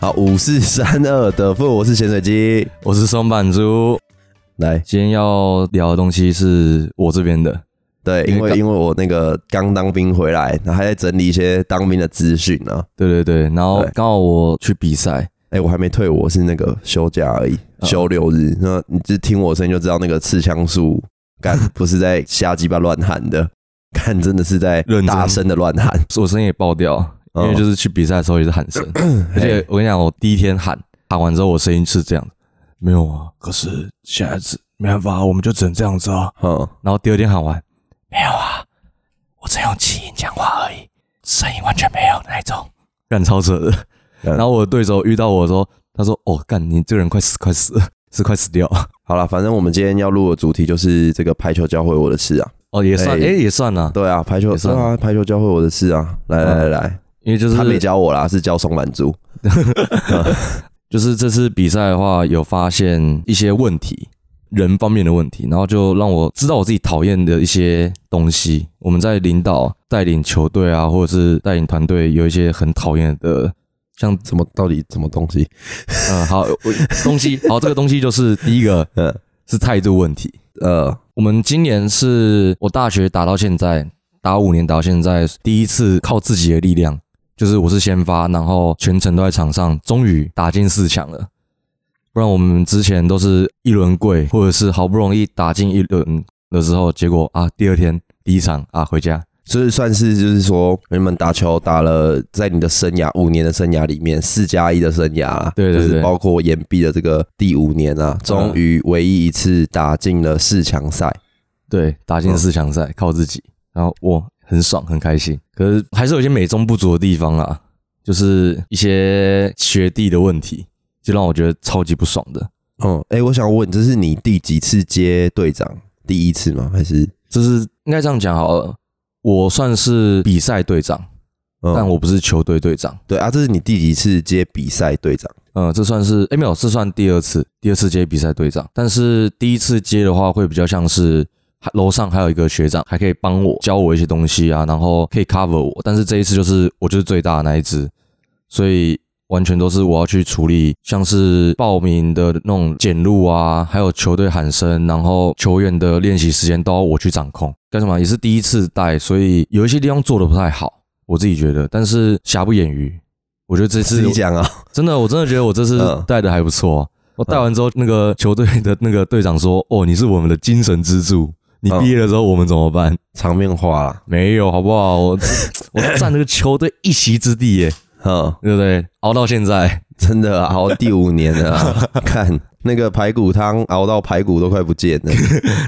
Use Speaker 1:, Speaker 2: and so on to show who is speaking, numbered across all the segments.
Speaker 1: 好，五四三二得分，我是咸水鸡，
Speaker 2: 我是松板猪。
Speaker 1: 来，
Speaker 2: 今天要聊的东西是我这边的，
Speaker 1: 对，因
Speaker 2: 因为
Speaker 1: 为
Speaker 2: 刚
Speaker 1: 因为我那个刚当兵回来，然后还在整理一些当兵的资讯啊。
Speaker 2: 对对对。然后
Speaker 1: 对
Speaker 2: 刚好我去比赛，
Speaker 1: 哎、我还没退伍，我是那个休假而已，
Speaker 2: 哦
Speaker 1: 休六日。那你只听我声音就知道，那个刺枪术 干不是在瞎鸡巴乱喊的，干真的是在
Speaker 2: 认真
Speaker 1: 大声的乱喊。
Speaker 2: 我声音也爆掉，因
Speaker 1: 哦
Speaker 2: 为就是去比赛的时候也是 喊声，而且我跟你讲，我第一天喊喊完之后，我声音是这样的，没有啊，可是现在是没办法，我们就只能这样子啊。
Speaker 1: 嗯，
Speaker 2: 然后第二天喊完，没有啊，我只用气音讲话而已，声音完全没有那一种，干超扯的。
Speaker 1: 嗯
Speaker 2: 然后我的对手遇到我的时候，他说：“哦，干你这个人快死，快死 了，是快死掉。
Speaker 1: 好了，反正我们今天要录的主题就是这个排球教会我的事啊。”
Speaker 2: 哦，也算，
Speaker 1: 哎
Speaker 2: 哎、也算啦，
Speaker 1: 对啊，排球
Speaker 2: 也
Speaker 1: 对
Speaker 2: 算嗯
Speaker 1: 啊，排球教会我的事啊。来来来来，
Speaker 2: 因为就是
Speaker 1: 他没教我啦，是教松满珠。
Speaker 2: 就是这次比赛的话，有发现一些问题，人方面的问题，然后就让我知道我自己讨厌的一些东西。我们在领导、带领球队啊，或者是带领团队，有一些很讨厌的，像
Speaker 1: 什么？到底什么东西？
Speaker 2: 嗯，好我东西，好，这个东西就是第一个
Speaker 1: 嗯
Speaker 2: 是态度问题。
Speaker 1: 呃，
Speaker 2: 我们今年是我大学打到现在，打五年打到现在，第一次靠自己的力量，就是我是先发，然后全程都在场上，终于打进四强了。不然我们之前都是一轮跪，或者是好不容易打进一轮的时候，结果啊，第二天第一场啊回家，
Speaker 1: 就是算是就是说，你们打球打了在你的生涯五年的生涯里面，四加一的生涯啊，
Speaker 2: 对对对
Speaker 1: 就是包括延毕的这个第五年啊，终于唯一一次打进了四强赛。
Speaker 2: 对，打进四强赛，靠自己，然后我很爽，很开心。可是还是有一些美中不足的地方啦，就是一些学弟的问题，就让我觉得超级不爽的。
Speaker 1: 嗯，哎、我想问，这是你第几次接队长？第一次吗？还是？
Speaker 2: 就是应该这样讲好了，我算是比赛队长，但
Speaker 1: 嗯，
Speaker 2: 我不是球队队长。
Speaker 1: 对啊，这是你第几次接比赛队长？
Speaker 2: 嗯，这算是诶，没有，这算第二次，第二次接比赛队长。但是第一次接的话，会比较像是还楼上还有一个学长，还可以帮我教我一些东西啊，然后可以 cover 我。但是这一次就是我就是最大的那一只，所以完全都是我要去处理，像是报名的那种检录啊，还有球队喊声，然后球员的练习时间都要我去掌控。干什么？也是第一次带，所以有一些地方做的不太好，我自己觉得，但是瑕不掩瑜。我觉得这次
Speaker 1: 自己讲啊。
Speaker 2: 真的，我真的觉得我这次
Speaker 1: 嗯
Speaker 2: 带的还不错、我带完之后，那个球队的那个队长说：“哦，你是我们的精神支柱，你
Speaker 1: 嗯
Speaker 2: 毕业了之后我们怎么办
Speaker 1: 场面化啦，？”
Speaker 2: 没有，好不好？ 我我占这个球队一席之地耶，
Speaker 1: 嗯，
Speaker 2: 对不对？熬到现在，
Speaker 1: 真的啊熬第五年了啊、 看那个排骨汤熬到排骨都快不见了。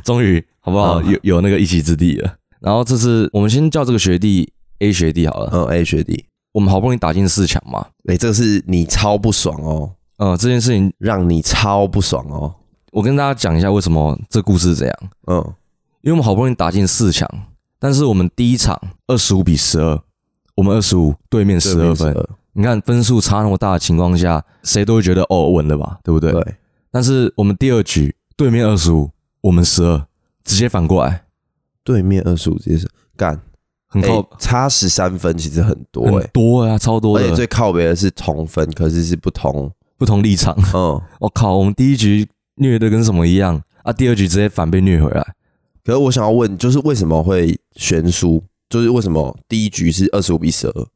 Speaker 2: 终于好不好？
Speaker 1: 嗯
Speaker 2: 有有那个一席之地了。然后这次我们先叫这个学弟 A 学弟好了，
Speaker 1: 嗯，哎、学弟，
Speaker 2: 我们好不容易打进四强嘛，
Speaker 1: 哎、这是你超不爽哦，
Speaker 2: 嗯，这件事情
Speaker 1: 让你超不爽哦。
Speaker 2: 我跟大家讲一下为什么这故事是这样，
Speaker 1: 嗯，
Speaker 2: 因为我们好不容易打进四强，但是我们第一场二十五比十二，我们二十五对面十二分，
Speaker 1: 12
Speaker 2: 你看分数差那么大的情况下，谁都会觉得哦稳了吧，对不对？
Speaker 1: 对，
Speaker 2: 但是我们第二局对面二十五，我们十二，直接反过来，
Speaker 1: 对面二十五直接是干，
Speaker 2: 很
Speaker 1: 哎、
Speaker 2: 靠、
Speaker 1: 差十三分其实很多哎、
Speaker 2: 很多啊，超多
Speaker 1: 而且
Speaker 2: 的，
Speaker 1: 最靠北的是同分，可是是不同。
Speaker 2: 不同立场。
Speaker 1: 嗯，
Speaker 2: 我、靠，我们第一局虐的跟什么一样啊，第二局直接反被虐回来。
Speaker 1: 可是我想要问，就是为什么会悬殊？就是为什么第一局是二十五比十二，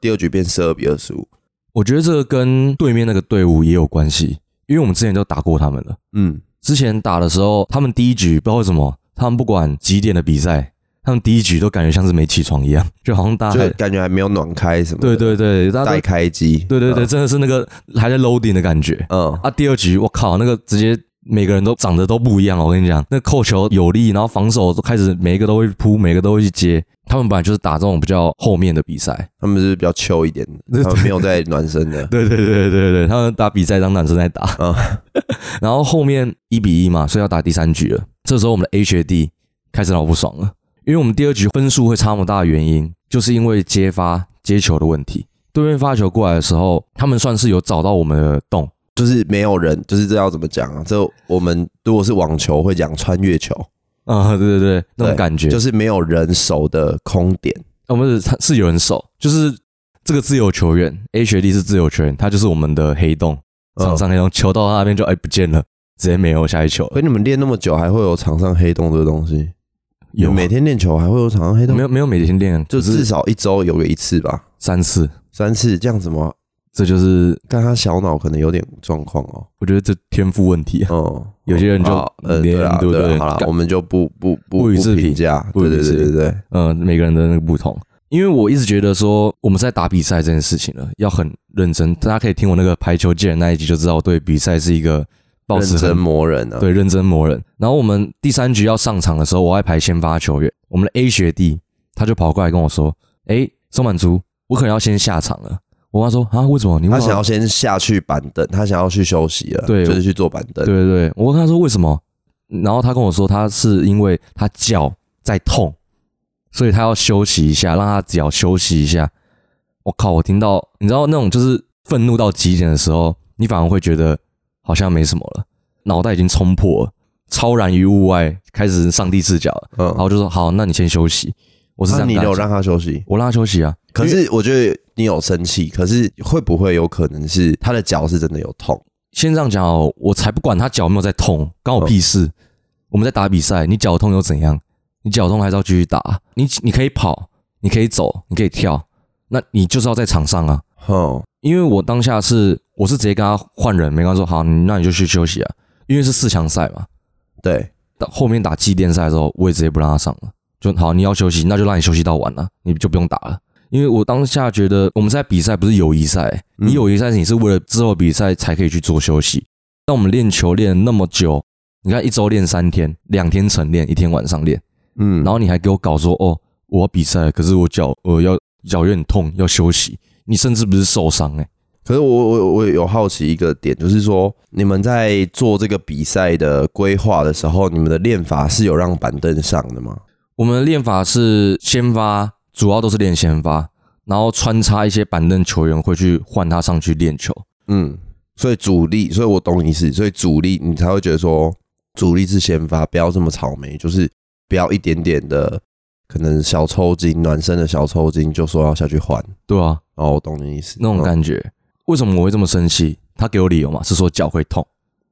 Speaker 1: 第二局变十二比二十五？
Speaker 2: 我觉得这个跟对面那个队伍也有关系，因为我们之前就打过他们了。
Speaker 1: 嗯，
Speaker 2: 之前打的时候，他们第一局不知道为什么，他们不管几点的比赛，他们第一局都感觉像是没起床一样，就好像大家
Speaker 1: 就
Speaker 2: 还
Speaker 1: 感觉还没有暖开什么
Speaker 2: 对
Speaker 1: 的。
Speaker 2: 对对，大家
Speaker 1: 待
Speaker 2: 都
Speaker 1: 开机。
Speaker 2: 对对对，真的是那个还在 loading 的感觉
Speaker 1: 嗯，嗯，
Speaker 2: 啊！第二局我靠，那个直接每个人都长得都不一样，我跟你讲，那扣球有力，然后防守都开始每一个都会扑，每个都会去接。他们本来就是打这种比较后面的比赛，
Speaker 1: 他们是比较秋一点的，
Speaker 2: 对
Speaker 1: 他们没有在暖身的。
Speaker 2: 对对对对对，他们打比赛当男生在打，
Speaker 1: 嗯
Speaker 2: 然后后面一比一嘛，所以要打第三局了。这时候我们的 A 学弟开始让我不爽了，因为我们第二局分数会差那么大的原因，就是因为接发接球的问题。对面发球过来的时候，他们算是有找到我们的洞，
Speaker 1: 就是没有人，就是这要怎么讲啊？这我们如果是网球会讲穿越球，
Speaker 2: 啊、对对对，那
Speaker 1: 对
Speaker 2: 种感觉，
Speaker 1: 就是是没有人守的空点。
Speaker 2: 我们是他是有人守，就是这个自由球员 A 学弟是自由球员，他就是我们的黑洞，
Speaker 1: 哦嗯
Speaker 2: 场上黑洞，球到他那边就哎不见了，直接没有下一球了
Speaker 1: 所以你们练那么久，还会有场上黑洞这个东西？
Speaker 2: 有啊
Speaker 1: 每天练球还会有场上黑洞？
Speaker 2: 没有没有每天练，
Speaker 1: 就
Speaker 2: 可
Speaker 1: 至
Speaker 2: 是
Speaker 1: 少一周有个一次吧，
Speaker 2: 三次，
Speaker 1: 三次这样子吗？
Speaker 2: 这就是
Speaker 1: 但他小脑可能有点状况哦。
Speaker 2: 我觉得这天赋问题啊。
Speaker 1: 哦，
Speaker 2: 有些人就
Speaker 1: 好呃，
Speaker 2: 连
Speaker 1: 对啊，
Speaker 2: 对不
Speaker 1: 对啊，
Speaker 2: 对
Speaker 1: 好了，
Speaker 2: 干
Speaker 1: 我们就不不不
Speaker 2: 不予置评
Speaker 1: 评价，
Speaker 2: 不
Speaker 1: 对
Speaker 2: 予
Speaker 1: 对
Speaker 2: 置
Speaker 1: 对
Speaker 2: 评
Speaker 1: 对对，
Speaker 2: 嗯，每个人的那个不同。因为我一直觉得说我们在打比赛这件事情呢，要很认真。大家可以听我那个排球界的那一集就知道，我对比赛是一个保持
Speaker 1: 认
Speaker 2: 很
Speaker 1: 真磨人啊，
Speaker 2: 对认真磨人。然后我们第三局要上场的时候，我还排先发球员，我们的 A 学弟他就跑过来跟我说：“哎，松满竹，我可能要先下场了。”我跟他说：“啊，为什么？你为
Speaker 1: 他
Speaker 2: 什
Speaker 1: 想
Speaker 2: 么
Speaker 1: 要先下去板凳，他想要去休息了，
Speaker 2: 对
Speaker 1: 就是去坐板凳。
Speaker 2: 对对对，我跟他说为什么，然后他跟我说他是因为他脚在痛，所以他要休息一下，让他脚休息一下。我靠，我听到你知道那种就是愤怒到极点的时候，你反而会觉得好像没什么了，脑袋已经冲破了，超然于物外，开始上帝视角了。
Speaker 1: 嗯，
Speaker 2: 然后就说好，那你先休息。我是这
Speaker 1: 那
Speaker 2: 样
Speaker 1: 啊你
Speaker 2: 跟他
Speaker 1: 有
Speaker 2: 讲
Speaker 1: 让他休息？
Speaker 2: 我让他休息啊，
Speaker 1: 可是我觉得你有生气，可是会不会有可能是他的脚是真的有痛？
Speaker 2: 先这样讲哦，我才不管他脚有没有在痛，关我屁事。我们在打比赛，你脚痛又怎样？你脚痛还是要继续打。你你可以跑，你可以走，你可以跳，那你就是要在场上啊。
Speaker 1: 哼，
Speaker 2: 因为我当下是我是直接跟他换人，没跟他说好，你那你就去休息啊，因为是四强赛嘛。
Speaker 1: 对，
Speaker 2: 到后面打季殿赛的时候，我也直接不让他上了，就好，你要休息，那就让你休息到晚了，你就不用打了。因为我当下觉得我们在比赛不是友谊赛，
Speaker 1: 嗯
Speaker 2: 你友谊赛你是为了之后比赛才可以去做休息。但我们练球练了那么久，你看一周练三天，两天晨练，一天晚上练，
Speaker 1: 嗯，
Speaker 2: 然后你还给我搞说哦，我要比赛，可是我脚我要脚有点痛，要休息。你甚至不是受伤哎、欸
Speaker 1: 可是我我我有好奇一个点，就是说你们在做这个比赛的规划的时候，你们的练法是有让板凳上的吗？
Speaker 2: 我们的练法是先发，主要都是练先发，然后穿插一些板凳球员会去换他上去练球。
Speaker 1: 嗯，所以主力，所以我懂你意思，所以主力你才会觉得说主力是先发，不要这么草莓，就是不要一点点的可能小抽筋、暖身的小抽筋就说要下去换。
Speaker 2: 对啊，
Speaker 1: 哦，我懂你意思，
Speaker 2: 那种
Speaker 1: 觉、
Speaker 2: 感觉。为什么我会这么生气？他给我理由嘛，是说脚会痛。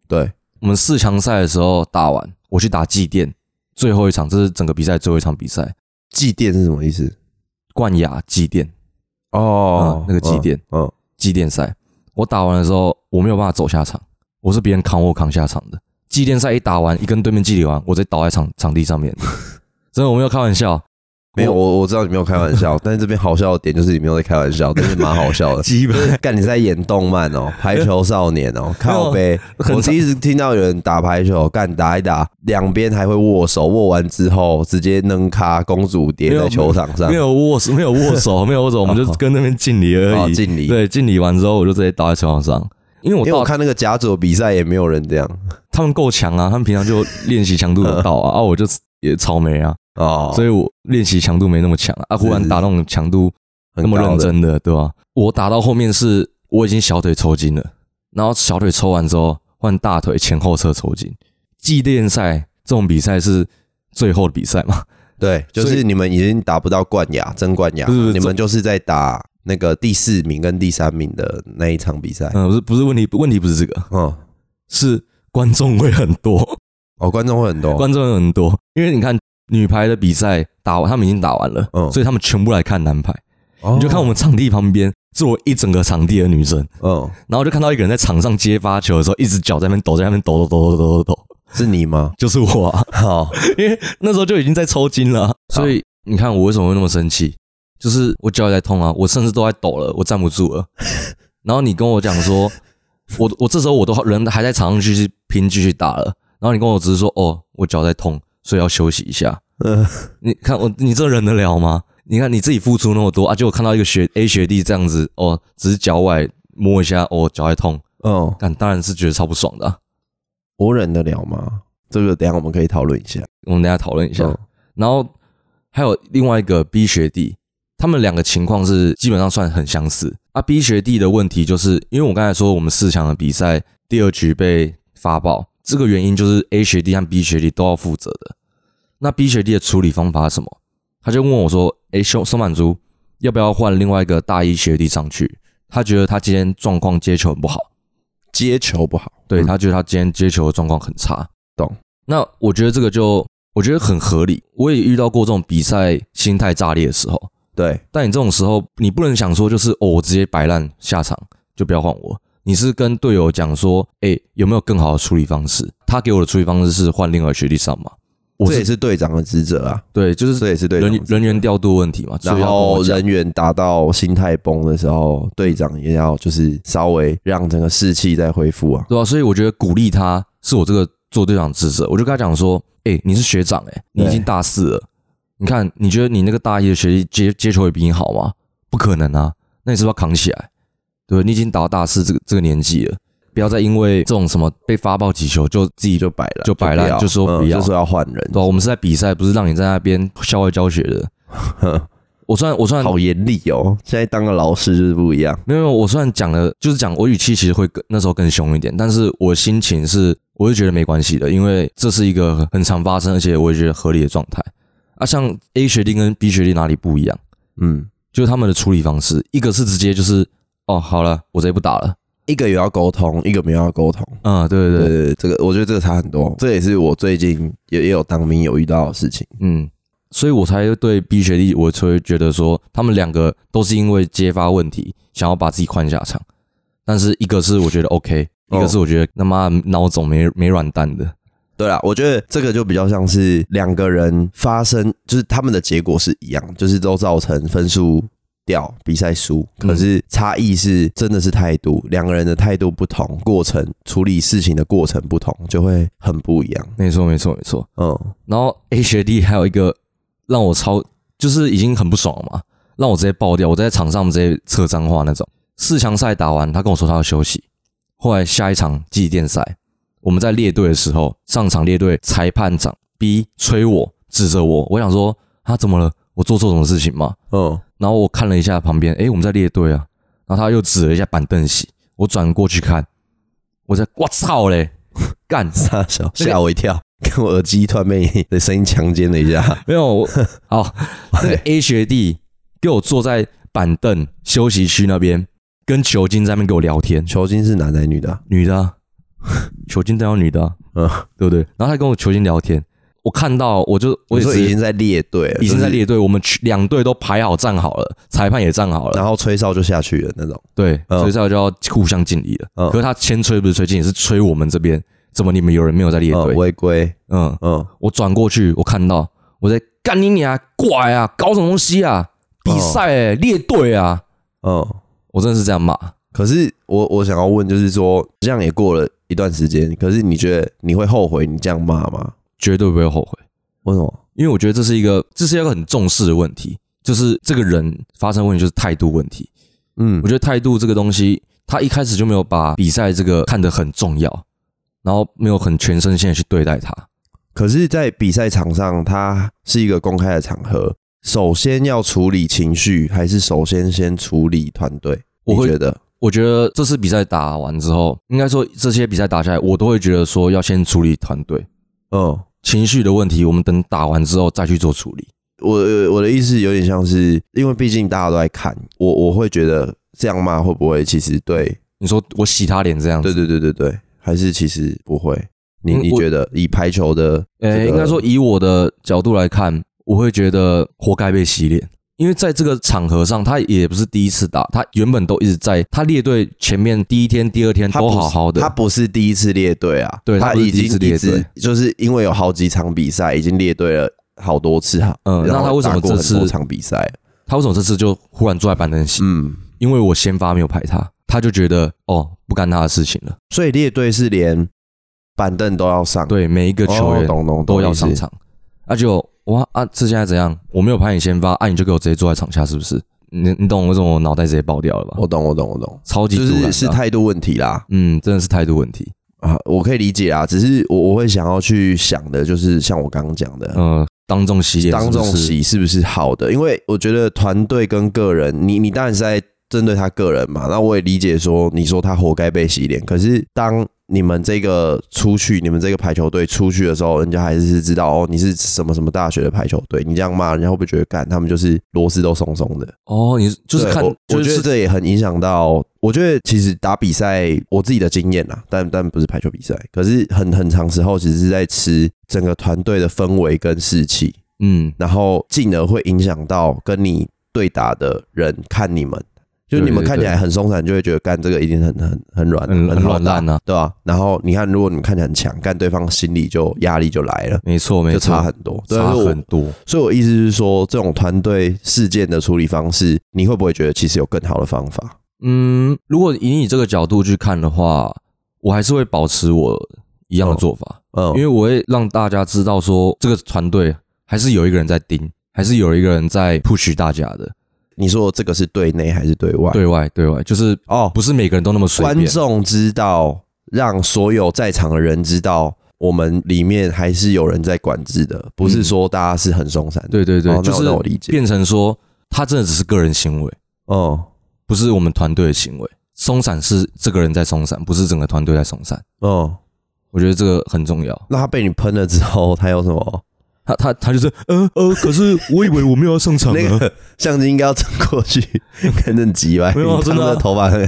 Speaker 1: 对，
Speaker 2: 我们四强赛的时候打完，我去打祭奠，最后一场，这是整个比赛最后一场比赛，
Speaker 1: 祭奠是什么意思？
Speaker 2: 冠亚祭奠，
Speaker 1: 哦
Speaker 2: 嗯，那个祭奠
Speaker 1: 嗯，嗯，
Speaker 2: 祭奠赛。我打完的时候，我没有办法走下场，我是别人扛我扛下场的。祭奠赛一打完，一跟对面祭礼完，我直接倒在场场地上面， 真的我没有开玩笑，
Speaker 1: 没有，我我知道你没有开玩 笑，但是这边好笑的点就是你没有在开玩笑，但是蛮好笑的。
Speaker 2: 基本
Speaker 1: 干你在演动漫 哦，排球少年哦，靠背。
Speaker 2: 很
Speaker 1: 我第一次听到有人打排球，干打一打，两边还会握手，握完之后直接扔咖，公主跌在球场上
Speaker 2: 没，有握手， 没有握手，没有握手，我们就跟那边敬礼
Speaker 1: 哦
Speaker 2: 而已。
Speaker 1: 敬礼。
Speaker 2: 对，敬礼完之后，我就直接倒在球场上，因为我
Speaker 1: 因为
Speaker 2: 到
Speaker 1: 我看那个甲组比赛也没有人这样
Speaker 2: 他们够强啊，他们平常就练习强度有到 啊，啊，我就也草莓啊，
Speaker 1: 哦，
Speaker 2: 所以我练习强度没那么强啊，啊忽然
Speaker 1: 是
Speaker 2: 打那种强度
Speaker 1: 很
Speaker 2: 那么
Speaker 1: 高
Speaker 2: 认
Speaker 1: 的，
Speaker 2: 真的，对吧、我打到后面是我已经小腿抽筋了，然后小腿抽完之后换大腿前后侧抽筋。季练赛这种比赛是最后的比赛嘛？
Speaker 1: 对，就
Speaker 2: 所
Speaker 1: 是
Speaker 2: 以
Speaker 1: 你们已经打不到冠亚争冠亚，
Speaker 2: 不是不是
Speaker 1: 你们就是在打那个第四名跟第三名的那一场比赛。
Speaker 2: 嗯，不是不是问题，问题不是这个，
Speaker 1: 嗯，
Speaker 2: 是观众会很多，
Speaker 1: 哦，观众会很多，
Speaker 2: 观众会很多，因为你看女排的比赛打完，他们已经打完了，
Speaker 1: 嗯
Speaker 2: 所以他们全部来看男排。
Speaker 1: 哦
Speaker 2: 你就看我们场地旁边坐一整个场地的女生，
Speaker 1: 嗯，
Speaker 2: 然后就看到一个人在场上接发球的时候，一直脚在那边抖，在那边抖抖抖抖抖抖抖，
Speaker 1: 是你 吗？
Speaker 2: 就是我、啊，
Speaker 1: 好，
Speaker 2: 因为那时候就已经在抽筋了啊、所以你看我为什么会那么生气，就是我脚也在痛啊，我甚至都在抖了，我站不住 了。然后你跟我讲说，我我这时候我都人还在场上继续拼继续打了，然后你跟我只是说哦，我脚在痛，所以要休息一下。
Speaker 1: 嗯，
Speaker 2: 你看我，你这忍得了吗？你看你自己付出那么多啊，结果看到一个学 A 学弟这样子，哦，只是脚崴摸一下，哦，脚还痛，
Speaker 1: 哦，
Speaker 2: 但当然是觉得超不爽的啊、
Speaker 1: 我忍得了吗？这个等一下我们可以讨论一下。
Speaker 2: 我们等一下讨论一下。
Speaker 1: 嗯
Speaker 2: 然后还有另外一个 B 学弟，他们两个情况是基本上算很相似。啊，B 学弟的问题就是因为我刚才说我们四强的比赛第二局被发爆，这个原因就是 A 学弟和 B 学弟都要负责的。那 B 学弟的处理方法是什么？他就问我说：“诶，松松满珠，要不要换另外一个大一学弟上去？他觉得他今天状况接球很不好，
Speaker 1: 接球不好，
Speaker 2: 对
Speaker 1: 嗯
Speaker 2: 他觉得他今天接球的状况很差。
Speaker 1: 懂？
Speaker 2: 那我觉得这个就我觉得很合理。我也遇到过这种比赛心态炸裂的时候，
Speaker 1: 对
Speaker 2: 但你这种时候，你不能想说就是哦，我直接摆烂下场就不要换我。你是跟队友讲说，哎、有没有更好的处理方式？他给我的处理方式是换另外学弟上嘛？我
Speaker 1: 这
Speaker 2: 是
Speaker 1: 也是队长的职责啊，
Speaker 2: 对，就是
Speaker 1: 这也是队长
Speaker 2: 人
Speaker 1: 的
Speaker 2: 员
Speaker 1: 职责。
Speaker 2: 人员调度问题嘛。所
Speaker 1: 然
Speaker 2: 以要跟
Speaker 1: 后
Speaker 2: 我讲
Speaker 1: 人员达到心态崩的时候，队长也要就是稍微让整个士气再恢复啊。
Speaker 2: 对啊，所以我觉得鼓励他是我这个做队长的职责。我就跟他讲说，哎、你是学长、哎，你已经大四了，你看，你觉得你那个大一的学弟接接球也比你好吗？不可能啊，那你是不是要扛起来？对吧，你已经达到大四这个这个年纪了，不要再因为这种什么被发爆几球就自己
Speaker 1: 就摆烂，
Speaker 2: 就摆烂
Speaker 1: 不要
Speaker 2: 就说不
Speaker 1: 嗯
Speaker 2: 要
Speaker 1: 就说要换人，
Speaker 2: 对、啊，我们是在比赛，不是让你在那边校外教学的。我虽然我虽然
Speaker 1: 好严厉哦。现在当个老师就是不一样，
Speaker 2: 没有，我虽然讲了，就是讲我语气其实会更那时候更凶一点，但是我心情是，我就觉得没关系的，因为这是一个很常发生，而且我也觉得合理的状态。啊，像 A 学弟跟 B 学弟哪里不一样？
Speaker 1: 嗯，
Speaker 2: 就是他们的处理方式，一个是直接就是哦，好了，我直接不打了。
Speaker 1: 一个有要沟通，一个没有要沟通。
Speaker 2: 嗯，对对
Speaker 1: 对
Speaker 2: 对，
Speaker 1: 对对，这个我觉得这个差很多，这也是我最近也也有当兵有遇到的事情。
Speaker 2: 嗯，所以我才对 B 学弟，我才会觉得说，他们两个都是因为揭发问题，想要把自己换下场，但是一个是我觉得 OK，一个
Speaker 1: 哦
Speaker 2: 是我觉得他妈脑总没没软蛋的。
Speaker 1: 对啦，我觉得这个就比较像是两个人发生，就是他们的结果是一样，就是都造成分数掉、比赛输，
Speaker 2: 嗯
Speaker 1: 可是差异是真的是态度，两个人的态度不同，过程处理事情的过程不同，就会很不一样。
Speaker 2: 没错，没错，没错。
Speaker 1: 嗯，
Speaker 2: 然后 A 学弟还有一个让我超，就是已经很不爽了嘛，让我直接爆掉，我在场上直接扯脏话那种。四强赛打完，他跟我说他要休息，后来下一场季电赛，我们在列队的时候，上场列队，裁判长 B 催我，指着我，我想说他、怎么了？我做错什么事情吗？
Speaker 1: 嗯，
Speaker 2: 然后我看了一下旁边，诶，我们在列队啊，然后他又指了一下板凳席，我转过去看，我在，我操嘞， 干！
Speaker 1: 傻笑，吓我一跳， 看我耳机突然被的声音强奸了一 下。
Speaker 2: 没有，我 好，那个 A 学弟给我坐在板凳休息区那边，跟球精在那边给我聊天，
Speaker 1: 球精是男的还是女的啊、
Speaker 2: 女的、 啊，球精都要女的、啊，
Speaker 1: 嗯，
Speaker 2: 对不对？然后他跟我球精聊天，我看到我就我
Speaker 1: 我
Speaker 2: 也
Speaker 1: 说
Speaker 2: 是
Speaker 1: 已经在列队了，
Speaker 2: 已经在
Speaker 1: 就是，
Speaker 2: 列队，我们去两队都排好站好了，裁判也站好了，
Speaker 1: 然后吹哨就下去了那种。
Speaker 2: 对，
Speaker 1: 嗯
Speaker 2: 所以这就要互相敬礼了。
Speaker 1: 嗯
Speaker 2: 可是他先吹不是吹敬礼，是吹我们这边，怎么你们有人没有在列
Speaker 1: 嗯，
Speaker 2: 队？
Speaker 1: 违规。
Speaker 2: 嗯，
Speaker 1: 嗯，
Speaker 2: 我转过去，我看到我在干你娘，怪啊，搞什么东西啊？比赛哎、列队啊！
Speaker 1: 嗯。
Speaker 2: 我真的是这样骂。
Speaker 1: 可是我我想要问，就是说这样也过了一段时间，可是你觉得你会后悔你这样骂吗？
Speaker 2: 绝对不会后悔，
Speaker 1: 为什么？
Speaker 2: 因为我觉得这是一个这是一个很重视的问题，就是这个人发生问题就是态度问题。
Speaker 1: 嗯
Speaker 2: 我觉得态度这个东西，他一开始就没有把比赛这个看得很重要，然后没有很全身心的去对待它。
Speaker 1: 可是，在比赛场上，它是一个公开的场合，首先要处理情绪，还是首先先处理团队？
Speaker 2: 我
Speaker 1: 你
Speaker 2: 会
Speaker 1: 觉得？
Speaker 2: 我觉得这次比赛打完之后，应该说这些比赛打下来，我都会觉得说要先处理团队
Speaker 1: 嗯，
Speaker 2: 情绪的问题，我们等打完之后再去做处理。
Speaker 1: 我我的意思有点像是，因为毕竟大家都在看，我我会觉得这样骂会不会其实对？
Speaker 2: 你说我洗他脸这样
Speaker 1: 对
Speaker 2: 子？
Speaker 1: 对对对对，还是其实不会？你
Speaker 2: 嗯
Speaker 1: 你
Speaker 2: 我
Speaker 1: 觉得以排球的这
Speaker 2: 呃、
Speaker 1: 个，
Speaker 2: 应该说以我的角度来看，我会觉得活该被洗脸，因为在这个场合上，他也不是第一次打，他原本都一直在他列队前面第一天、第二天
Speaker 1: 他
Speaker 2: 都
Speaker 1: 不
Speaker 2: 好
Speaker 1: 是
Speaker 2: 好的
Speaker 1: 他，不是第一次列队啊，
Speaker 2: 对他
Speaker 1: 他
Speaker 2: 不是
Speaker 1: 已
Speaker 2: 第一
Speaker 1: 经
Speaker 2: 次列
Speaker 1: 一直
Speaker 2: 队
Speaker 1: 就是因为有好几场比赛已经列队了好多次哈。
Speaker 2: 嗯
Speaker 1: 然后
Speaker 2: 那他为什么
Speaker 1: 打过
Speaker 2: 这
Speaker 1: 很
Speaker 2: 次
Speaker 1: 多场比赛？啊
Speaker 2: 他为什么这次就忽然坐在板凳席？
Speaker 1: 嗯，
Speaker 2: 因为我先发没有排他，他就觉得哦不干他的事情了。
Speaker 1: 所以列队是连板凳都要上，
Speaker 2: 对每一个
Speaker 1: 哦，
Speaker 2: 球员
Speaker 1: 懂懂
Speaker 2: 都要上
Speaker 1: 上，
Speaker 2: 场，啊就哇啊这现在怎样？我没有排你先发，啊你就给我直接坐在场下是不是？你你懂为什么我脑袋直接爆掉了吧？
Speaker 1: 我懂我懂我懂，
Speaker 2: 啊超级
Speaker 1: 就
Speaker 2: 突然的啊
Speaker 1: 是是态度问题啦
Speaker 2: 嗯真的是态度问题。
Speaker 1: 啊，我可以理解啊，只是我我会想要去想的就是像我刚刚讲的，
Speaker 2: 嗯，当众洗脸，
Speaker 1: 当众
Speaker 2: 是不是，
Speaker 1: 洗是不是好的？因为我觉得团队跟个人，你你当然是在针对他个人嘛。那我也理解说，你说他活该被洗脸，可是当你们这个出去，你们这个排球队出去的时候，人家还是知道哦，你是什么什么大学的排球队。你这样骂，人家会不会觉得干他们就是螺丝都松松的？
Speaker 2: 哦，你就是
Speaker 1: 对
Speaker 2: 看
Speaker 1: 我，
Speaker 2: 就
Speaker 1: 我觉
Speaker 2: 是
Speaker 1: 得这也很影响到。我觉得其实打比赛，我自己的经验啦，但但不是排球比赛，可是很很长时候其实是在吃整个团队的氛围跟士气，
Speaker 2: 嗯，
Speaker 1: 然后进而会影响到跟你对打的人看你们。就是你们
Speaker 2: 对对
Speaker 1: 看起来很松散，就会觉得干这个一定很很很软，
Speaker 2: 很很
Speaker 1: 好
Speaker 2: 软
Speaker 1: 打
Speaker 2: 烂啊，
Speaker 1: 对吧、然后你看，如果你们看起来很强，干对方心里就压力就来了，
Speaker 2: 没错没
Speaker 1: 就
Speaker 2: 错
Speaker 1: 差，很多。对
Speaker 2: 差
Speaker 1: 所以我
Speaker 2: 很多。
Speaker 1: 所以我意思是说，这种团队事件的处理方式，你会不会觉得其实有更好的方法？
Speaker 2: 嗯，如果以你这个角度去看的话，我还是会保持我一样的做法，
Speaker 1: 嗯，
Speaker 2: 因为我会让大家知道说，这个团队还是有一个人在盯，还是有一个人在 push 大家的。
Speaker 1: 你说这个是对内还是对外？
Speaker 2: 对外对外，就是
Speaker 1: 哦，
Speaker 2: 不是每个人都那么随
Speaker 1: 观
Speaker 2: 便。
Speaker 1: 众知道，让所有在场的人知道，我们里面还是有人在管制的，不是说大家是很松散的。
Speaker 2: 对对对，
Speaker 1: 哦那
Speaker 2: 就
Speaker 1: 我
Speaker 2: 是
Speaker 1: 那我理解
Speaker 2: 变成说，他真的只是个人行为，
Speaker 1: 嗯
Speaker 2: 不是我们团队的行为。松散是这个人在松散，不是整个团队在松散。
Speaker 1: 嗯，
Speaker 2: 我觉得这个很重要。
Speaker 1: 那他被你喷了之后，他有什么？
Speaker 2: 他他他就是呃呃，可是我以为我没有要上场啊，
Speaker 1: 那个相机应该要撑过去，看正急歪，
Speaker 2: 没有啊
Speaker 1: 你烫
Speaker 2: 真的啊
Speaker 1: 着头发很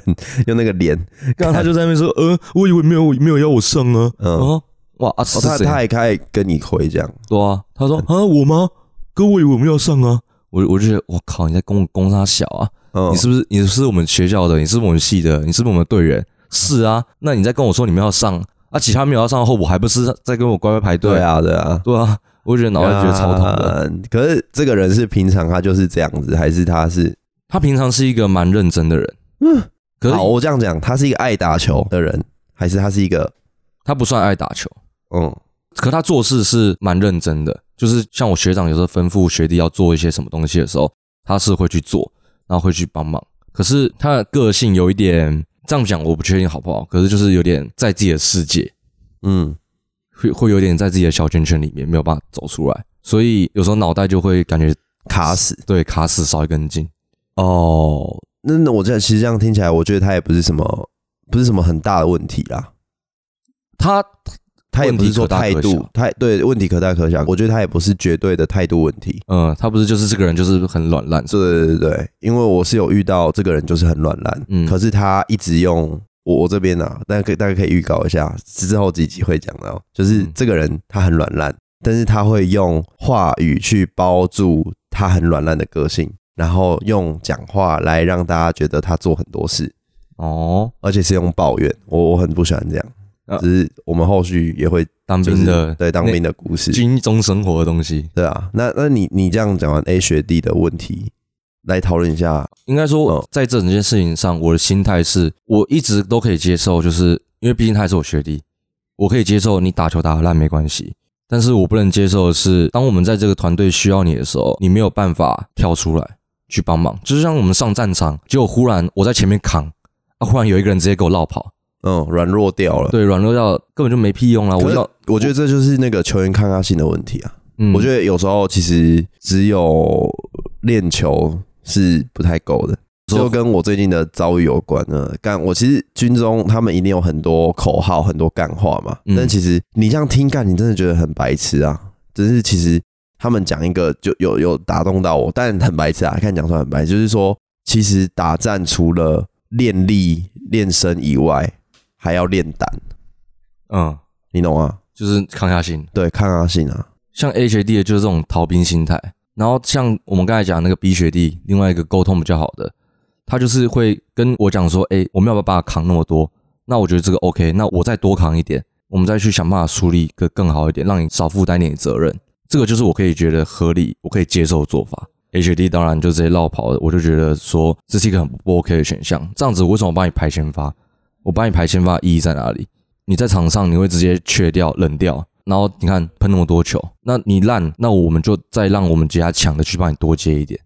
Speaker 1: 用那个脸，
Speaker 2: 然 后他就在那边说呃，我以为没有没有要我上啊，
Speaker 1: 嗯
Speaker 2: 然后哇啊
Speaker 1: 哦
Speaker 2: 是
Speaker 1: 他
Speaker 2: 谁？
Speaker 1: 他还开始跟你回这样，
Speaker 2: 对啊，他说啊我吗？哥，我以为我没有要上啊。我我就觉得我靠，你在攻攻他小啊？
Speaker 1: 嗯
Speaker 2: 你，是不是你是不是我们学校的？你是不是我们系的？你是不是我们队员？是啊，那你在跟我说你们要上啊，其他没有要上后，我还不是在跟我乖乖排队？
Speaker 1: 对，啊对啊，
Speaker 2: 对啊，我就觉得脑袋觉得超痛的。
Speaker 1: 嗯可是这个人是平常他就是这样子，还是他是？
Speaker 2: 他平常是一个蛮认真的人，嗯，可
Speaker 1: 好，
Speaker 2: 是
Speaker 1: 我这样讲，他是一个爱打球的人，还是他是一个
Speaker 2: 他不算爱打球，
Speaker 1: 嗯
Speaker 2: 可他做事是蛮认真的。就是像我学长有时候吩咐学弟要做一些什么东西的时候，他是会去做，然后会去帮忙。可是他的个性有一点，这样讲我不确定好不好，可是就是有点在自己的世界，
Speaker 1: 嗯
Speaker 2: 会会有点在自己的小圈圈里面没有办法走出来，所以有时候脑袋就会感觉
Speaker 1: 卡死？
Speaker 2: 对卡死少一根筋。
Speaker 1: 哦，那那我这样其实这样听起来，我觉得他也不是什么不是什么很大的问题啦。
Speaker 2: 他
Speaker 1: 他也不是说态
Speaker 2: 问题可大可
Speaker 1: 度
Speaker 2: 小，
Speaker 1: 态对问题可大可小，我觉得他也不是绝对的态度问题。
Speaker 2: 嗯，他不是就是这个人就是很软烂，是吧
Speaker 1: 对对对对，因为我是有遇到这个人就是很软烂，
Speaker 2: 嗯
Speaker 1: 可是他一直用我我这边啊，大家可以大家可以预告一下，之后几集会讲到，就是
Speaker 2: 嗯
Speaker 1: 这个人他很软烂，但是他会用话语去包住他很软烂的个性，然后用讲话来让大家觉得他做很多事，
Speaker 2: 哦，
Speaker 1: 而且是用抱怨，我我很不喜欢这样
Speaker 2: 啊。
Speaker 1: 只是我们后续也会
Speaker 2: 当
Speaker 1: 就是
Speaker 2: 兵的
Speaker 1: 对当兵的故事
Speaker 2: 那，军中生活的东西，
Speaker 1: 对啊，那那你你这样讲完 A 学弟的问题，来讨论一下
Speaker 2: 应该
Speaker 1: 嗯
Speaker 2: 说在这整件事情上，我的心态是我一直都可以接受，就是因为毕竟他还是我学弟，我可以接受你打球打得烂没关系。但是我不能接受的是，当我们在这个团队需要你的时候，你没有办法跳出来去帮忙。就是像我们上战场，结果忽然我在前面扛，啊，忽然有一个人直接给我绕跑，
Speaker 1: 嗯，软弱掉了。
Speaker 2: 对，软弱到根本就没屁用了。
Speaker 1: 可
Speaker 2: 我
Speaker 1: 是
Speaker 2: 要，
Speaker 1: 我觉得这就是那个球员抗压性的问题啊。
Speaker 2: 嗯
Speaker 1: 我觉得有时候其实只有练球是不太够的，
Speaker 2: 说
Speaker 1: 就跟我最近的遭遇有关呢。干，我其实军中他们一定有很多口号、很多干话嘛，
Speaker 2: 嗯
Speaker 1: 但其实你这样听干，你真的觉得很白痴啊。只是其实他们讲一个就有有打动到我，但很白痴啊，看讲出来很白痴，就是说其实打战除了练力、练身以外，还要练胆，
Speaker 2: 嗯，
Speaker 1: 你懂吗？
Speaker 2: 就是抗压性。
Speaker 1: 对，抗压性啊，
Speaker 2: 像 A 学弟的就是这种逃兵心态，然后像我们刚才讲那个 B 学弟，另外一个沟通比较好的，他就是会跟我讲说，哎、我们要不要把它扛那么多？那我觉得这个 OK，那我再多扛一点，我们再去想办法梳理一个更好一点，让你少负担一点责任。这个就是我可以觉得合理，我可以接受的做法。A 学弟当然就直接绕跑了，我就觉得说这是一个很不 OK 的选项。这样子，为什么我帮你排先发？我帮你排先发意义在哪里？你在场上你会直接缺掉、冷掉，然后你看喷那么多球，那你烂，那我们就再让我们其他强的去帮你多接一点。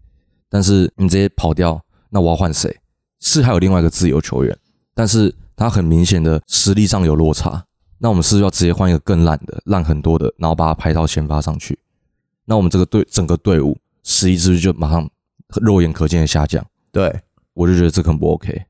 Speaker 2: 但是你直接跑掉，那我要换谁？是还有另外一个自由球员，但是他很明显的实力上有落差，那我们是不是要直接换一个更烂的、烂很多的，然后把他排到先发上去？那我们这个队整个队伍实力是不是就马上肉眼可见的下降？
Speaker 1: 对。
Speaker 2: 我就觉得这个很不 OK。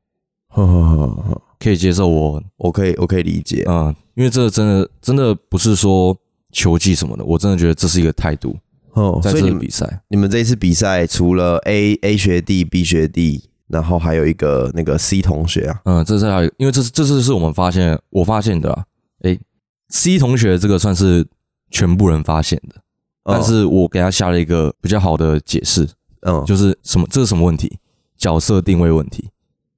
Speaker 1: 呵呵呵呵，
Speaker 2: 可以接受我，
Speaker 1: 我可以我可以理解。
Speaker 2: 嗯，因为这真的真的不是说球技什么的，我真的觉得这是一个态度，
Speaker 1: 哦，
Speaker 2: 在
Speaker 1: 所以
Speaker 2: 这
Speaker 1: 你
Speaker 2: 个
Speaker 1: 们
Speaker 2: 比赛，
Speaker 1: 你们这一次比赛除了 A A 学弟、B 学弟，然后还有一个那个 C 同学啊，
Speaker 2: 嗯，这是还有，因为这是这次是我们发现我发现的、啊，诶、c 同学这个算是全部人发现的，
Speaker 1: 嗯
Speaker 2: 但是我给他下了一个比较好的解释，
Speaker 1: 嗯，就
Speaker 2: 就是什么这是什么问题？角色定位问题，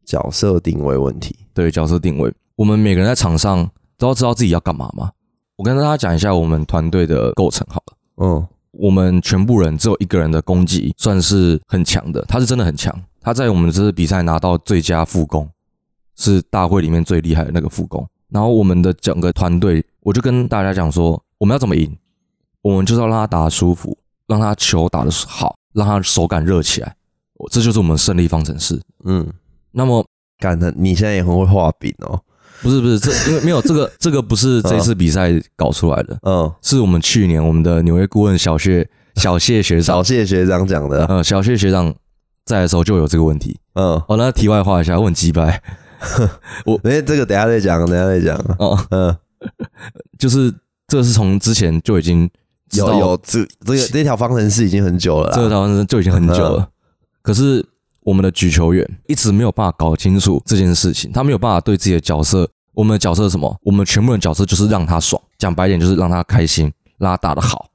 Speaker 1: 角色定位问题。
Speaker 2: 对角色定位，我们每个人在场上都要知道自己要干嘛嘛。我跟大家讲一下我们团队的构成好了。
Speaker 1: 嗯
Speaker 2: 我们全部人只有一个人的攻击算是很强的，他是真的很强。他在我们这次比赛拿到最佳副攻，是大会里面最厉害的那个副攻。然后我们的整个团队，我就跟大家讲说，我们要怎么赢，我们就是要让他打得舒服，让他球打得好，让他手感热起来，我这就是我们胜利方程式。
Speaker 1: 嗯，
Speaker 2: 那么
Speaker 1: 干的，你现在也很会画饼哦。
Speaker 2: 不是不是这因为没有这个这个不是这次比赛搞出来的，
Speaker 1: 嗯，
Speaker 2: 是我们去年我们的纽约顾问小谢小谢学长
Speaker 1: 小谢学长讲的。啊
Speaker 2: 呃，小谢学长在的时候就有这个问题。
Speaker 1: 嗯，
Speaker 2: 哦，那题外话一下，我很鸡掰
Speaker 1: 因为这个等一下再讲，等一下再讲。
Speaker 2: 哦，
Speaker 1: 嗯，
Speaker 2: 就是这是从之前就已经知道
Speaker 1: 有有这这个这条方程式已经很久了啦。嗯
Speaker 2: 这个台湾人就已经很久了，可是我们的举球员一直没有办法搞清楚这件事情，他没有办法对自己的角色，我们的角色是什么？我们全部人的角色就是让他爽，讲白点就是让他开心，让他打得好，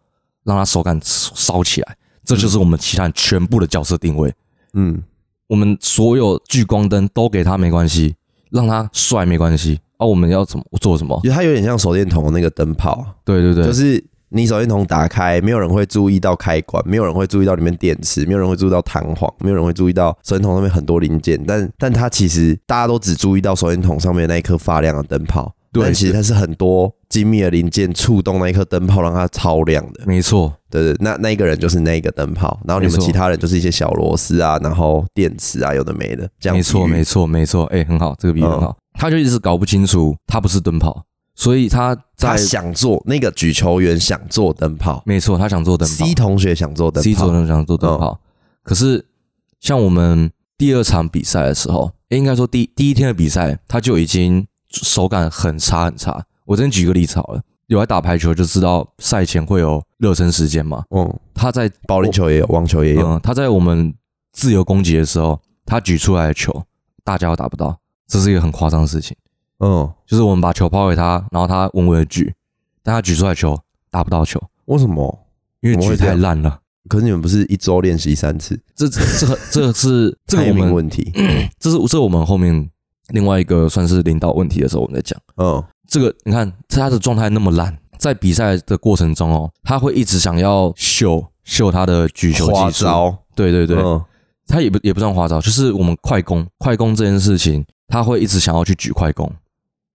Speaker 2: 让他手感烧起来，这就是我们其他人全部的角色定位。
Speaker 1: 嗯
Speaker 2: 我们所有聚光灯都给他没关系，让他帅没关系。啊，我们要怎么做什么？
Speaker 1: 就它有点像手电筒的那个灯泡，啊
Speaker 2: 对对对，
Speaker 1: 就是你手电筒打开，没有人会注意到开关，没有人会注意到里面电池，没有人会注意到弹簧，没有人会注意到手电筒上面很多零件，但但它其实大家都只注意到手电筒上面那一颗发亮的灯泡，
Speaker 2: 对
Speaker 1: 但其实它是很多精密的零件触动那一颗灯泡，让它超亮的。
Speaker 2: 没错，
Speaker 1: 对对，那那一个人就是那一个灯泡，然后你
Speaker 2: 没
Speaker 1: 们
Speaker 2: 错
Speaker 1: 其他人就是一些小螺丝啊，然后电池啊，有的没的，这样
Speaker 2: 没错，
Speaker 1: 比喻
Speaker 2: 没错，没错。哎、很好，这个比喻
Speaker 1: 嗯
Speaker 2: 很好。他就一直搞不清楚，他不是灯泡，所以他在
Speaker 1: 他想做那个举球员想做灯泡
Speaker 2: 没错，他想做灯泡
Speaker 1: c 同学想做灯
Speaker 2: ，C
Speaker 1: 泡哦
Speaker 2: 左，人想做灯泡。可是像我们第二场比赛的时候，哎应该说第第一天的比赛，他就已经手感很差很差。我先举个例子好了，有来打排球就知道赛前会有热身时间嘛，
Speaker 1: 嗯，
Speaker 2: 他在
Speaker 1: 保龄球也有，网球也有，
Speaker 2: 嗯，他在我们自由攻击的时候，他举出来的球，大家都打不到，这是一个很夸张的事情。
Speaker 1: 嗯，
Speaker 2: 就是我们把球抛给他，然后他稳稳的举，但他举出来的球打不到球，
Speaker 1: 为什么？
Speaker 2: 因为
Speaker 1: 怎么
Speaker 2: 举
Speaker 1: 会这
Speaker 2: 太
Speaker 1: 样
Speaker 2: 烂了。
Speaker 1: 可是你们不是一周练习三次，
Speaker 2: 这这 这个这个是这个
Speaker 1: 排
Speaker 2: 我
Speaker 1: 名
Speaker 2: 们
Speaker 1: 问 题，
Speaker 2: 这是这是我们后面另外一个算是领导问题的时候我们在讲
Speaker 1: 嗯
Speaker 2: 这个。你看他的状态那么烂，在比赛的过程中哦，他会一直想要秀秀他的举球
Speaker 1: 花
Speaker 2: 技术，
Speaker 1: 招，
Speaker 2: 对对对，
Speaker 1: 嗯
Speaker 2: 他也不也不算花招，就是我们快攻，快攻这件事情，他会一直想要去举快攻，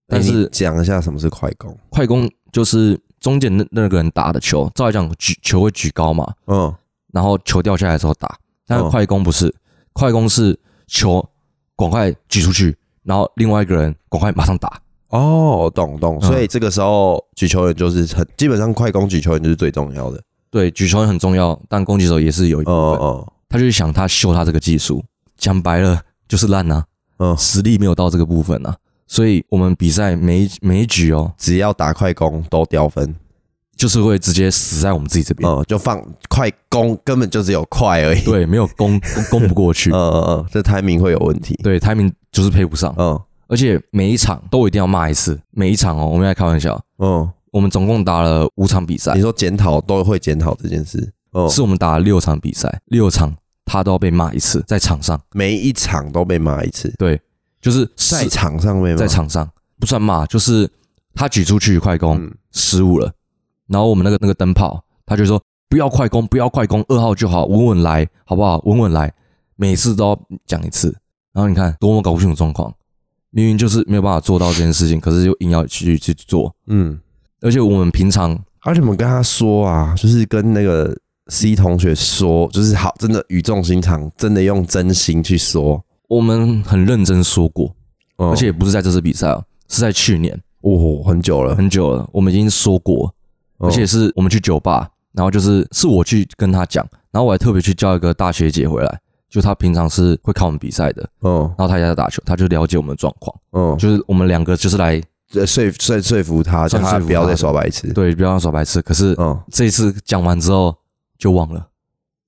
Speaker 2: 但
Speaker 1: 哎
Speaker 2: 是
Speaker 1: 你讲一下什么是快攻，
Speaker 2: 快攻就是中间那那个人打的球，照来讲举球会举高嘛，
Speaker 1: 嗯
Speaker 2: 然后球掉下来的时候打，但是
Speaker 1: 哦
Speaker 2: 快攻不是，快攻是球赶快举出去，然后另外一个人赶快马上打，
Speaker 1: 哦，懂懂，
Speaker 2: 嗯
Speaker 1: 所以这个时候举球员就是很基本上快攻举球员就是最重要的，
Speaker 2: 对，举球很重要，但攻击手也是有一部
Speaker 1: 嗯
Speaker 2: 分，
Speaker 1: 嗯
Speaker 2: 他就是想他秀他这个技术，讲白了就是烂呐、
Speaker 1: 嗯，
Speaker 2: 实力没有到这个部分呐、所以我们比赛每一每一局哦，
Speaker 1: 只要打快攻都掉分，
Speaker 2: 就是会直接死在我们自己这边。
Speaker 1: 嗯，就放快攻根本就只有快而已，
Speaker 2: 对，没有攻攻攻不过去
Speaker 1: 嗯，嗯嗯，这 timing 会有问题，
Speaker 2: 对 timing 就是配不上，
Speaker 1: 嗯
Speaker 2: 而且每一场都一定要骂一次，每一场哦，我们在开玩笑，
Speaker 1: 嗯，
Speaker 2: 我们总共打了五场比赛
Speaker 1: 你，说检讨都会检讨这件事，嗯，
Speaker 2: 是我们打了六场比赛，六场他都要被骂一次，在场上，
Speaker 1: 每一场都被骂一次，
Speaker 2: 对，就是
Speaker 1: 在
Speaker 2: 是
Speaker 1: 场上被骂，
Speaker 2: 在场上不算骂，就是他举出去快攻
Speaker 1: 嗯
Speaker 2: 失误了，然后我们那个那个灯泡，他就说不要快攻，不要快攻，二号就好，稳稳来，好不好？稳稳来，每次都要讲一次。然后你看多么搞不清楚状况，明明就是没有办法做到这件事情，可是又硬要去去做。
Speaker 1: 嗯。
Speaker 2: 而且我们平常
Speaker 1: 而且我们跟他说啊，就是跟那个 C 同学说，就是好，真的语重心长，真的用真心去说。
Speaker 2: 我们很认真说过，
Speaker 1: 嗯
Speaker 2: 而且也不是在这次比赛哦，是在去年
Speaker 1: 哦，很久了，
Speaker 2: 很久了，我们已经说过，
Speaker 1: 嗯
Speaker 2: 而且是我们去酒吧，然后就是是我去跟他讲，然后我还特别去叫一个大学姐回来，就他平常是会看我们比赛的，
Speaker 1: 嗯
Speaker 2: 然后他也在打球，他就了解我们的状况，
Speaker 1: 嗯，
Speaker 2: 就是我们两个就是来
Speaker 1: 就说说说服他，叫
Speaker 2: 算
Speaker 1: 他
Speaker 2: 说服
Speaker 1: 不要
Speaker 2: 他
Speaker 1: 再
Speaker 2: 的
Speaker 1: 耍白痴。
Speaker 2: 对，不要让他耍白痴。可是
Speaker 1: 嗯
Speaker 2: 这一次讲完之后就忘了，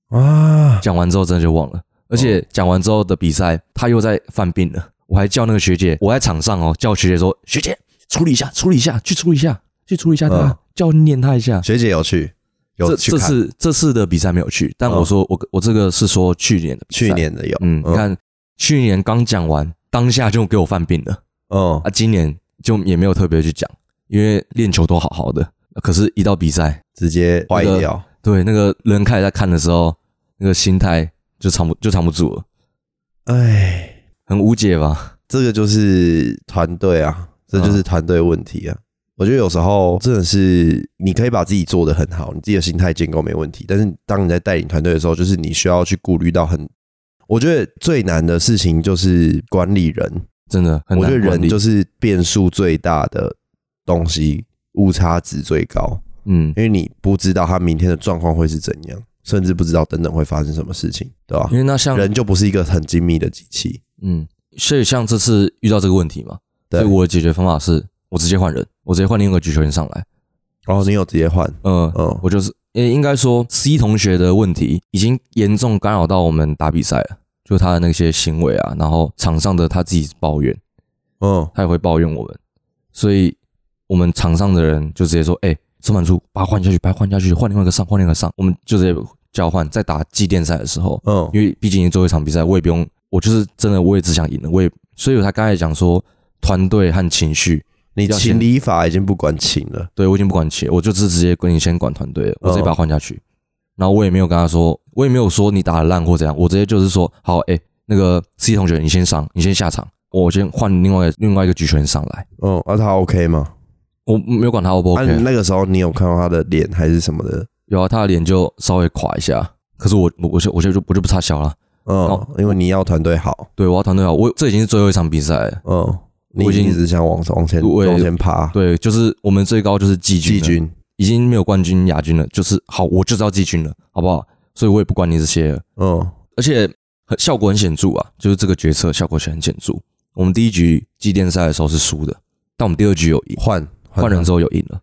Speaker 1: 啊，
Speaker 2: 讲完之后真的就忘了，而且讲完之后的比赛他又在犯病了，我还叫那个学姐，我在场上哦叫学姐说学姐处理一下，处理一下，去处理一下，去处理一下
Speaker 1: 嗯
Speaker 2: 他，叫念他一下。
Speaker 1: 学姐有去，有
Speaker 2: 这
Speaker 1: 去
Speaker 2: 这
Speaker 1: 看，
Speaker 2: 次这次的比赛没有去，但
Speaker 1: 嗯
Speaker 2: 我说我我这个是说去年的比赛
Speaker 1: 去年的有，
Speaker 2: 嗯，你看去年刚讲完，当下就给我犯病了
Speaker 1: 嗯
Speaker 2: 啊，今年就也没有特别去讲，因为练球都好好的，可是一到比赛，
Speaker 1: 直接坏
Speaker 2: 那个
Speaker 1: 掉。
Speaker 2: 对那个人开始在看的时候，那个心态就藏不就藏不住了，
Speaker 1: 哎，
Speaker 2: 很无解吧？
Speaker 1: 这个就是团队啊，这就是
Speaker 2: 嗯
Speaker 1: 团队问题啊。我觉得有时候真的是你可以把自己做得很好，你自己的心态建构没问题。但是当你在带领团队的时候，就是你需要去顾虑到很，我觉得最难的事情就是管理人。
Speaker 2: 真的很
Speaker 1: 我
Speaker 2: 难
Speaker 1: 觉得
Speaker 2: 管
Speaker 1: 人
Speaker 2: 理
Speaker 1: 就是变数最大的东西，误差值最高，
Speaker 2: 嗯，
Speaker 1: 因为你不知道他明天的状况会是怎样，甚至不知道等等会发生什么事情，对吧
Speaker 2: 因？为那像
Speaker 1: 人就不是一个很精密的机器，
Speaker 2: 嗯，所以像这次遇到这个问题嘛，
Speaker 1: 对
Speaker 2: 所以我的解决方法是我直接换人，我直接换另一个举球员上来，
Speaker 1: 然哦后你有直接换，
Speaker 2: 嗯，
Speaker 1: 嗯
Speaker 2: 我就是，诶，应该说 C 同学的问题已经严重干扰到我们打比赛了，就他的那些行为啊，然后场上的他自己抱怨，
Speaker 1: 嗯
Speaker 2: 他也会抱怨我们，所以我们场上的人就直接说，诶，松满柱，把他换下去，把他换下去，换另外一个上，换另外一个上，我们就直接交换，在打季电赛的时候，
Speaker 1: 嗯
Speaker 2: 因为毕竟最后一场比赛，我也不用，我就是真的我也只想赢了，我也，所以我才刚才讲说团队和情绪。
Speaker 1: 你
Speaker 2: 要
Speaker 1: 情
Speaker 2: 先
Speaker 1: 理法已经不管情了，
Speaker 2: 对我已经不管钱，我就是直接跟你先管团队了，我
Speaker 1: 哦
Speaker 2: 直接把他换下去。然后我也没有跟他说，我也没有说你打的烂或怎样，我直接就是说，好，哎、那个 C 同学，你先上，你先下场，我先换另外一个另外一个举拳上来。
Speaker 1: 嗯，那、他 OK 吗？
Speaker 2: 我没有管他 O 不
Speaker 1: 啊，你
Speaker 2: OK，、
Speaker 1: 那个时候你有看到他的脸还是什么的？
Speaker 2: 有啊，他的脸就稍微垮一下，可是我我我就我就就我就不插小了。
Speaker 1: 嗯
Speaker 2: 哦，
Speaker 1: 因为你要团队好，
Speaker 2: 对，我要团队好，我这已经是最后一场比赛了。
Speaker 1: 嗯，你
Speaker 2: 我已经
Speaker 1: 一直想往往前
Speaker 2: 我也
Speaker 1: 往前爬，
Speaker 2: 对，就是我们最高就是季军
Speaker 1: 季
Speaker 2: 了，
Speaker 1: 军，
Speaker 2: 已经没有冠军、亚军了，就是好，我就知道季军了，好不好？所以我也不管你这些了。
Speaker 1: 嗯
Speaker 2: 而且很效果很显著啊，就是这个决策效果是很显著。我们第一局季电赛的时候是输的，但我们第二局有赢，
Speaker 1: 换
Speaker 2: 换人之后有赢了。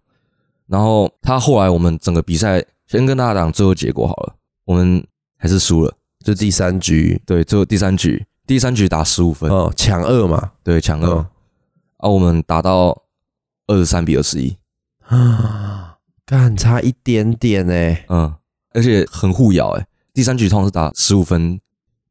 Speaker 2: 然后他后来我们整个比赛，先跟大家讲最后结果好了，我们还是输了。
Speaker 1: 就第三局，
Speaker 2: 对，最后第三局，第三局打十五分，
Speaker 1: 嗯，抢二嘛，
Speaker 2: 对，抢二、
Speaker 1: 嗯
Speaker 2: 啊，我们打到二十三比二十一，
Speaker 1: 啊，干差一点点哎、
Speaker 2: 嗯，而且很互咬诶、第三局通常是打十五分，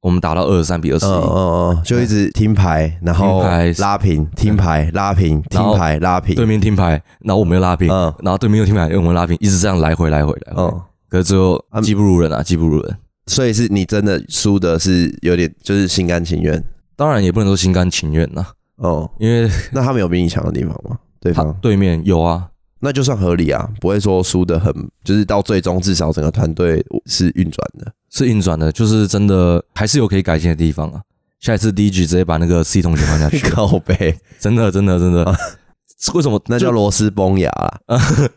Speaker 2: 我们打到二十三比二十
Speaker 1: 嗯
Speaker 2: 一，
Speaker 1: 嗯嗯，就一直听牌，然后
Speaker 2: 听牌
Speaker 1: 拉平，听牌拉平，
Speaker 2: 然
Speaker 1: 听
Speaker 2: 后
Speaker 1: 牌拉平，
Speaker 2: 对面听牌，然后我们又拉平，
Speaker 1: 嗯
Speaker 2: 然后对面又听牌，因为我们拉平，一直这样来回来回来回。
Speaker 1: 嗯，
Speaker 2: 可是最后
Speaker 1: 啊
Speaker 2: 技不如人啊，技不如人。
Speaker 1: 所以是你真的输的是有点就是心甘情愿，
Speaker 2: 当然也不能说心甘情愿呐、
Speaker 1: 哦、
Speaker 2: 因为
Speaker 1: 那他们有比你强的地方吗？对
Speaker 2: 他
Speaker 1: 方
Speaker 2: 对面有啊，
Speaker 1: 那就算合理啊，不会说输的很，就是到最终至少整个团队是运转的。
Speaker 2: 是运转的，就是真的还是有可以改进的地方啊。下一次第一局直接把那个 C 同学换 下去，
Speaker 1: 靠背，
Speaker 2: 真的真的真的。为什么？
Speaker 1: 啊那叫螺丝崩牙啦。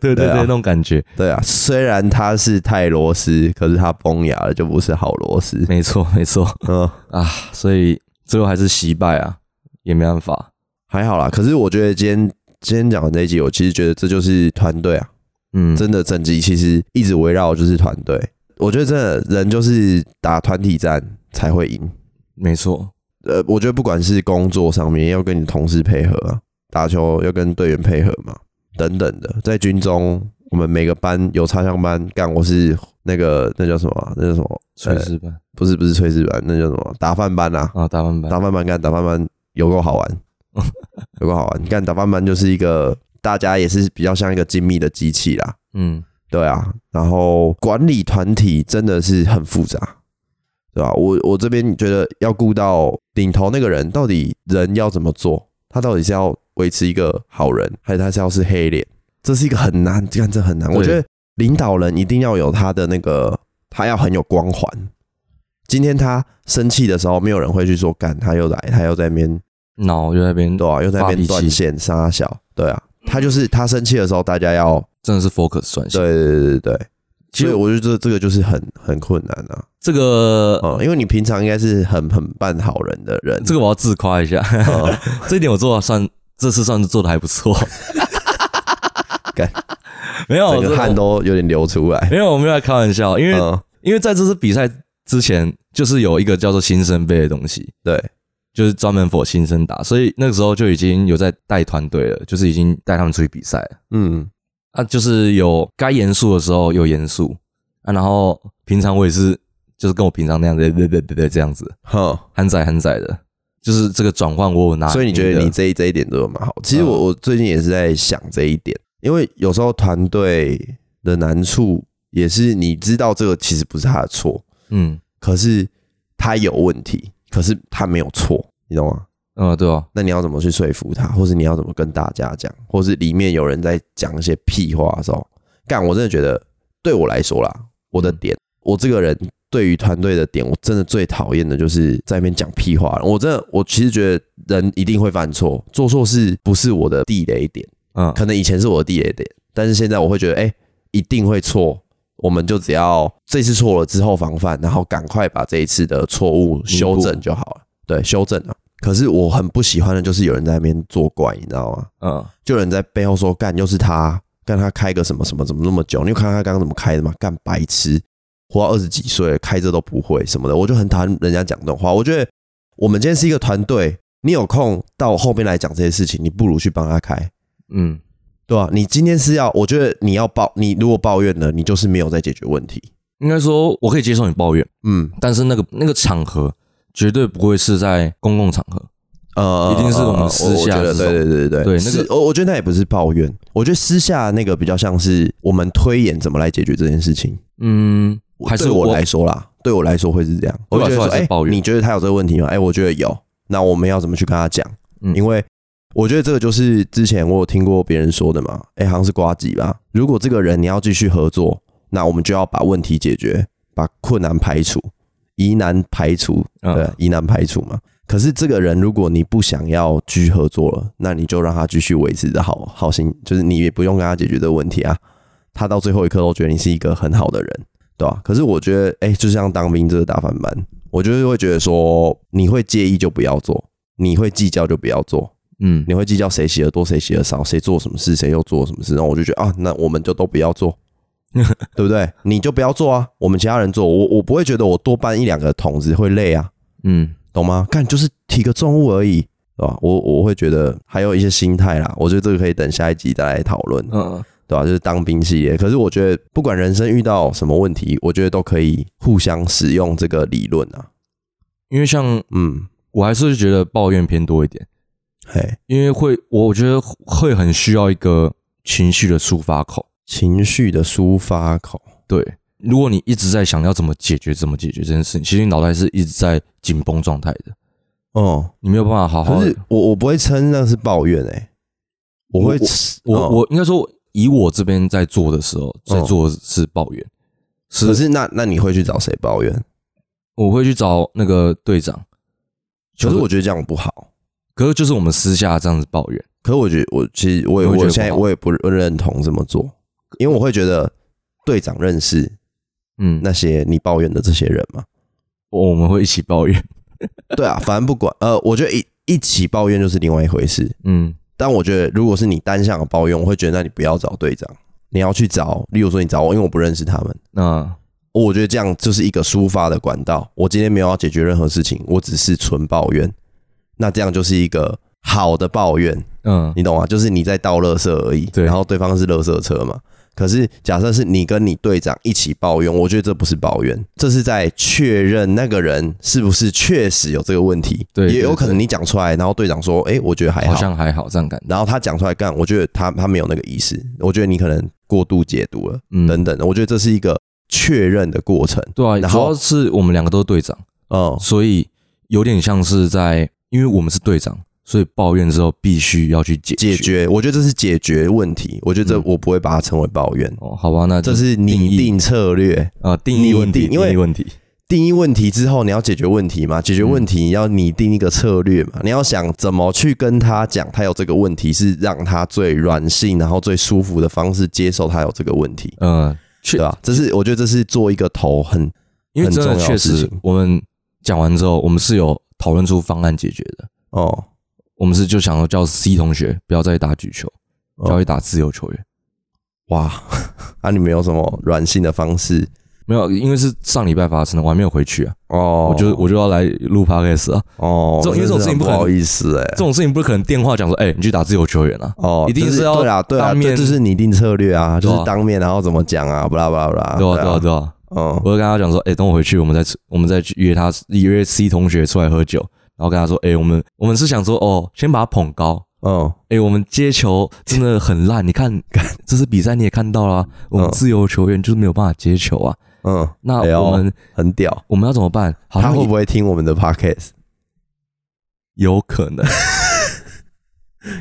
Speaker 2: 对对对
Speaker 1: 对啊
Speaker 2: 那种感觉，
Speaker 1: 对啊，虽然它是泰螺丝，可是它崩牙了就不是好螺丝。
Speaker 2: 没错没错
Speaker 1: 嗯，
Speaker 2: 啊。所以最后还是惜败啊，也没办法。
Speaker 1: 还好啦。可是我觉得今天今天讲的这一集，我其实觉得这就是团队啊，
Speaker 2: 嗯，
Speaker 1: 真的整集其实一直围绕的就是团队。我觉得真的人就是打团体战才会赢。
Speaker 2: 没错，
Speaker 1: 呃，我觉得不管是工作上面要跟你同事配合啊，打球要跟队员配合嘛，等等的，在军中我们每个班有插枪班干，我是那个那叫什么啊、那叫什么？
Speaker 2: 垂直班
Speaker 1: 不是不是炊事班，那叫什么？打饭班啊，
Speaker 2: 啊，打完班
Speaker 1: 打饭班干打饭班有够好 玩，有够好玩。你看打饭班就是一个大家也是比较像一个精密的机器啦，
Speaker 2: 嗯，
Speaker 1: 对啊，然后管理团体真的是很复杂，对吧、我我这边觉得要顾到领头那个人到底人要怎么做，他到底是要维持一个好人，还是他是要是黑脸？这是一个很难，看这很难。
Speaker 2: 对
Speaker 1: 我觉得领导人一定要有他的那个，他要很有光环。今天他生气的时候，没有人会去说干他又来，他又在那边
Speaker 2: 脑就在那边
Speaker 1: 对啊，又在那
Speaker 2: 发
Speaker 1: 边
Speaker 2: 脾气
Speaker 1: 断线杀小，对啊，他就是他生气的时候，大家要
Speaker 2: 真的是 focus 专心。
Speaker 1: 对对对对对。
Speaker 2: 其
Speaker 1: 所以
Speaker 2: 实
Speaker 1: 我觉得这这个就是很很困难啊。
Speaker 2: 这个
Speaker 1: 嗯，因为你平常应该是很很扮好人的人，
Speaker 2: 呃这个我要自夸一下，
Speaker 1: 嗯
Speaker 2: 这一点我做的算这次算是做的还不错
Speaker 1: 干。
Speaker 2: 没有，
Speaker 1: 整
Speaker 2: 哦这
Speaker 1: 个汗都有点流出来。
Speaker 2: 没有，我没有在开玩笑，因为、
Speaker 1: 嗯，
Speaker 2: 因为在这次比赛之前，就是有一个叫做新生杯的东西，
Speaker 1: 对，
Speaker 2: 就是专门 for 新生打，所以那个时候就已经有在带团队了，就是已经带他们出去比赛了
Speaker 1: 嗯，
Speaker 2: 啊，就是有该严肃的时候有严肃啊，然后平常我也是就是跟我平常那样子，对对对对这样子，
Speaker 1: 哼。
Speaker 2: 憨仔憨仔的，就是这个转换我有啊拿捏的，嗯
Speaker 1: 所以你觉得你这一这一点做的蛮好？其实我我最近也是在想这一点，因为有时候团队的难处也是你知道这个其实不是他的错，
Speaker 2: 嗯
Speaker 1: 可是他有问题，可是他没有错，你懂吗？
Speaker 2: 嗯对哦，
Speaker 1: 那你要怎么去说服他，或是你要怎么跟大家讲，或是里面有人在讲一些屁话的时候，干，我真的觉得对我来说啦，我的点，我这个人对于团队的点，我真的最讨厌的就是在那边讲屁话。我真的，我其实觉得人一定会犯错，做错事不是我的地雷点，
Speaker 2: 嗯
Speaker 1: 可能以前是我的地雷点，但是现在我会觉得，哎、一定会错。我们就只要这次错了之后防范，然后赶快把这一次的错误修正就好了。对，修正啊。可是我很不喜欢的就是有人在那边作怪，你知道吗？
Speaker 2: 嗯
Speaker 1: 就有人在背后说干，又是他，干他开个什么什么怎么那么久？你有看到他刚刚怎么开的吗？干白痴，活到二十几岁了开这都不会什么的，我就很讨厌人家讲这种话。我觉得我们今天是一个团队，你有空到后面来讲这些事情，你不如去帮他开。
Speaker 2: 嗯
Speaker 1: 对啊，你今天是要，我觉得你要抱，你如果抱怨了，你就是没有在解决问题。
Speaker 2: 应该说我可以接受你抱怨，
Speaker 1: 嗯，
Speaker 2: 但是那个那个场合绝对不会是在公共场合，
Speaker 1: 呃，
Speaker 2: 一定是我们私下
Speaker 1: 我我觉得
Speaker 2: 这种
Speaker 1: 对对对对
Speaker 2: 对那个
Speaker 1: 是我我觉得那也不是抱怨，我觉得私下那个比较像是我们推演怎么来解决这件事情，
Speaker 2: 嗯，还是
Speaker 1: 对我来说啦，对我来说会是这样，我
Speaker 2: 对我
Speaker 1: 就觉得
Speaker 2: 来说
Speaker 1: 说，
Speaker 2: 还是
Speaker 1: 哎、
Speaker 2: 抱怨
Speaker 1: 你觉得他有这个问题吗？哎、我觉得有，那我们要怎么去跟他讲？
Speaker 2: 嗯
Speaker 1: 因为我觉得这个就是之前我有听过别人说的嘛，哎、好像是瓜吉吧，如果这个人你要继续合作，那我们就要把问题解决，把困难排除，疑难排除，
Speaker 2: 嗯
Speaker 1: 对，疑难排除嘛。可是这个人，如果你不想要继续合作了，那你就让他继续维持的好好心，就是你也不用跟他解决这个问题啊。他到最后一刻都觉得你是一个很好的人，对吧、可是我觉得，哎、就像当兵这个打翻班，我就是会觉得说，你会介意就不要做，你会计较就不要做，
Speaker 2: 嗯
Speaker 1: 你会计较谁写的多，谁写的少，谁做什么事，谁又做什么事，然后我就觉得啊，那我们就都不要做，对不对？你就不要做啊，我们其他人做，我我不会觉得我多搬一两个桶子会累啊，
Speaker 2: 嗯
Speaker 1: 懂吗？干就是提个重物而已，对吧？我我会觉得还有一些心态啦，我觉得这个可以等下一集再来讨论，
Speaker 2: 嗯
Speaker 1: 对吧？就是当兵系列，可是我觉得不管人生遇到什么问题，我觉得都可以互相使用这个理论啊，
Speaker 2: 因为像
Speaker 1: 嗯，
Speaker 2: 我还是觉得抱怨偏多一点，
Speaker 1: 嘿，
Speaker 2: 因为会我我觉得会很需要一个情绪的抒发口。
Speaker 1: 情绪的抒发口，
Speaker 2: 对，如果你一直在想要怎么解决、怎么解决这件事情，其实你脑袋是一直在紧绷状态的，
Speaker 1: 哦、
Speaker 2: 你没有办法好好
Speaker 1: 可
Speaker 2: 地。
Speaker 1: 是我我不会称那是抱怨哎、我会吃
Speaker 2: 我、
Speaker 1: 哦
Speaker 2: 我应该说，以我这边在做的时候，在做的是抱怨，
Speaker 1: 嗯可是那那你会去找谁抱怨？
Speaker 2: 我会去找那个队长，
Speaker 1: 可是我觉得这样不好。
Speaker 2: 可是就是我们私下这样子抱怨，
Speaker 1: 可是我觉得我其实我也
Speaker 2: 你会觉
Speaker 1: 我
Speaker 2: 得
Speaker 1: 现在
Speaker 2: 不好
Speaker 1: 我也不认同这么做，因为我会觉得队长认识
Speaker 2: 嗯，那
Speaker 1: 那些你抱怨的这些人嘛。
Speaker 2: 我们会一起抱怨，
Speaker 1: 对啊， 反正不管呃，我觉得一一起抱怨就是另外一回事。
Speaker 2: 嗯
Speaker 1: 但我觉得如果是你单向的抱怨，我会觉得那你不要找队长，你要去找，例如说你找我，因为我不认识他们。
Speaker 2: 那
Speaker 1: 我觉得这样就是一个抒发的管道。我今天没有要解决任何事情，我只是纯抱怨。那这样就是一个好的抱怨，
Speaker 2: 嗯
Speaker 1: 你懂吗？就是你在倒垃圾而已，
Speaker 2: 对
Speaker 1: 然后对方是垃圾车嘛。可是假设是你跟你队长一起抱怨，我觉得这不是抱怨，这是在确认那个人是不是确实有这个问题。
Speaker 2: 对
Speaker 1: 也有
Speaker 2: 对
Speaker 1: 可能你讲出来，然后队长说：“诶，我觉得还
Speaker 2: 好
Speaker 1: 好。”
Speaker 2: 像还好这样感觉，
Speaker 1: 然后他讲出来干，我觉得他他没有那个意思，我觉得你可能过度解读了，
Speaker 2: 嗯，
Speaker 1: 等等的。我觉得这是一个确认的过程。
Speaker 2: 对啊，
Speaker 1: 然
Speaker 2: 主
Speaker 1: 后
Speaker 2: 要是我们两个都是队长，
Speaker 1: 嗯，
Speaker 2: 所以有点像是在，因为我们是队长，所以抱怨之后必须要去解
Speaker 1: 解决，我觉得这是解决问题。我觉得这
Speaker 2: 嗯
Speaker 1: 我不会把它称为抱怨，
Speaker 2: 哦，好吧，那
Speaker 1: 这是拟定策略。
Speaker 2: 啊定义问题，
Speaker 1: 拟定因为
Speaker 2: 定义问题，
Speaker 1: 定义问题之后，你要解决问题嘛？解决问题你要拟定一个策略嘛？你要想怎么去跟他讲，他有这个问题，是让他最软性，然后最舒服的方式接受他有这个问题，
Speaker 2: 嗯，确
Speaker 1: 对吧？这是我觉得这是做一个头很
Speaker 2: 因为真
Speaker 1: 很
Speaker 2: 的
Speaker 1: 重要
Speaker 2: 确
Speaker 1: 的事
Speaker 2: 实
Speaker 1: 情，
Speaker 2: 我们讲完之后，我们是有讨论出方案解决的。
Speaker 1: 哦，
Speaker 2: 我们是就想要叫 C 同学不要再打举球，
Speaker 1: 哦
Speaker 2: 叫去打自由球员。
Speaker 1: 哇， 那、你们有什么软性的方式？
Speaker 2: 没有，因为是上礼拜发生的，我还没有回去啊，
Speaker 1: 哦，
Speaker 2: 我就我就要来录 podcast 啊。
Speaker 1: 哦，
Speaker 2: 这种因为这种事情
Speaker 1: 不
Speaker 2: 不可能
Speaker 1: 好意思哎、
Speaker 2: 这种事情不可能电话讲说，哎、你去打自由球员啊，
Speaker 1: 哦，
Speaker 2: 一定
Speaker 1: 就是
Speaker 2: 要
Speaker 1: 对啦，对啦，
Speaker 2: 当面
Speaker 1: 这就是拟定策略啊，就
Speaker 2: 对啊
Speaker 1: 是当面然后怎么讲啊，不啦不啦不啦，
Speaker 2: 对啊？对啊，对啊。
Speaker 1: 嗯，
Speaker 2: 我就跟他讲说，哎、等我回去，我们再吃我们再去约他约 C 同学出来喝酒，然后跟他说，哎、我们我们是想说，哦，先把他捧高。
Speaker 1: 嗯，
Speaker 2: 哎、我们接球真的很烂，你看，这次比赛你也看到啦、啊我们
Speaker 1: 嗯
Speaker 2: 自由球员就是没有办法接球啊。
Speaker 1: 嗯，
Speaker 2: 那
Speaker 1: 哎呦
Speaker 2: 我们、
Speaker 1: 很屌。
Speaker 2: 我们要怎么办？好
Speaker 1: 他
Speaker 2: 像
Speaker 1: 会不会听我们的 podcast？
Speaker 2: 有可能，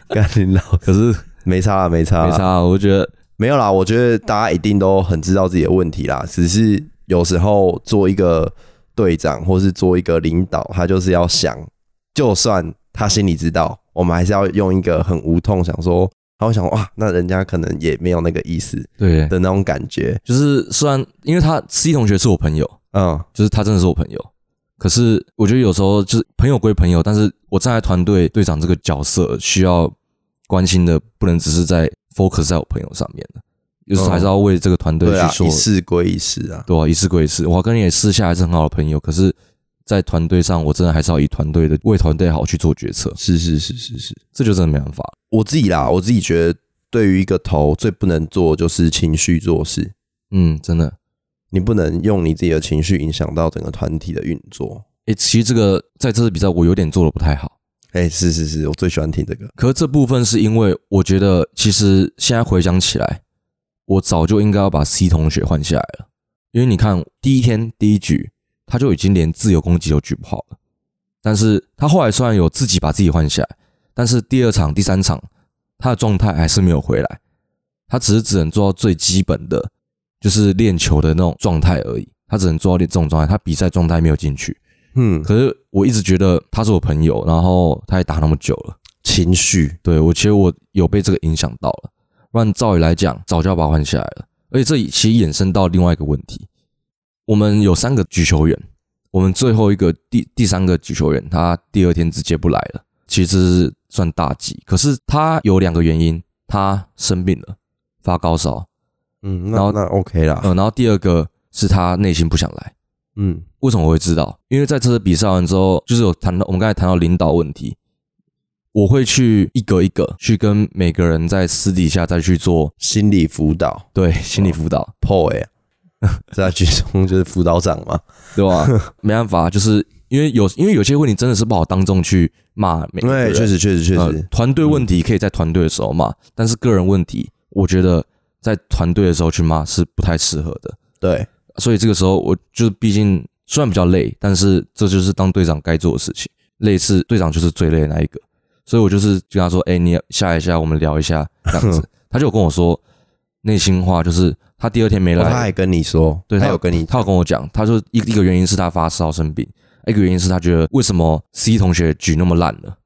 Speaker 1: 干你老，
Speaker 2: 可是
Speaker 1: 没差啦，啊没差啦，
Speaker 2: 没差，啊我觉得
Speaker 1: 没有啦，我觉得大家一定都很知道自己的问题啦，只是有时候做一个队长或是做一个领导，他就是要想，就算他心里知道，我们还是要用一个很无痛想说，他会想哇，那人家可能也没有那个意思
Speaker 2: 对，
Speaker 1: 的那种感觉，
Speaker 2: 就是虽然因为他 C 同学是我朋友，
Speaker 1: 嗯
Speaker 2: 就是他真的是我朋友，可是我觉得有时候就是朋友归朋友，但是我站在团队队长这个角色需要关心的，不能只是在 focus 在我朋友上面的，有时候还是要为这个团队
Speaker 1: 对啊
Speaker 2: 去，说
Speaker 1: 一，事归一事啊，
Speaker 2: 对啊，一事归一事，我跟你也私下还是很好的朋友，可是。在团队上，我真的还是要以团队的为团队好去做决策，
Speaker 1: 是是是是是，
Speaker 2: 这就真的没办法。
Speaker 1: 我自己啦，我自己觉得对于一个头最不能做的就是情绪做事，
Speaker 2: 嗯，真的，
Speaker 1: 你不能用你自己的情绪影响到整个团体的运作。
Speaker 2: 诶、其实这个在这次比赛我有点做的不太好，
Speaker 1: 哎、是是是，我最喜欢听这个。
Speaker 2: 可是这部分是因为我觉得，其实现在回想起来，我早就应该要把 C 同学换下来了，因为你看第一天第一局他就已经连自由攻击都举不好了，但是他后来虽然有自己把自己换下来，但是第二场、第三场他的状态还是没有回来，他只是只能做到最基本的，就是练球的那种状态而已，他只能做到这种状态，他比赛状态没有进去。
Speaker 1: 嗯，
Speaker 2: 可是我一直觉得他是我朋友，然后他也打那么久了。
Speaker 1: 情绪，
Speaker 2: 对我其实我有被这个影响到了，不然照理来讲早就要把我换下来了。而且这其实衍生到另外一个问题，我们有三个举球员，我们最后一个第第三个举球员他第二天直接不来了，其实是算大忌。可是他有两个原因，他生病了，发高烧，
Speaker 1: 嗯，
Speaker 2: 然后
Speaker 1: 那 OK 啦
Speaker 2: 嗯，然后第二个是他内心不想来。
Speaker 1: 嗯
Speaker 2: 为什么我会知道？因为在这次比赛完之后，就是有谈到我们刚才谈到领导问题，我会去一个一个去跟每个人在私底下再去做
Speaker 1: 心理辅导
Speaker 2: 对心理辅导，
Speaker 1: ，POY，啊 在剧中就是辅导长 嘛，
Speaker 2: 对 吧？没办法，就是因为有因为有些问题真的是不好当众去骂每
Speaker 1: 因
Speaker 2: 个
Speaker 1: 为
Speaker 2: 人，
Speaker 1: 哎确实确实确
Speaker 2: 呃
Speaker 1: 实，
Speaker 2: 团队问题可以在团队的时候骂，但是个人问题，我觉得在团队的时候去骂是不太适合的。
Speaker 1: 对，
Speaker 2: 所以这个时候我就是毕竟虽然比较累，但是这就是当队长该做的事情。类似队长就是最累的那一个，所以我就是跟他说：“哎、你下来一下，我们聊一下这样 子。”他就有跟我说内心话，就是他第二天没
Speaker 1: 哦
Speaker 2: 来，
Speaker 1: 他还跟你说，
Speaker 2: 对
Speaker 1: 他
Speaker 2: 他
Speaker 1: 有跟你，
Speaker 2: 他有跟我讲，他说一一个原因是他发烧生病，一个原因是他觉得为什么 C 同学举那么烂了，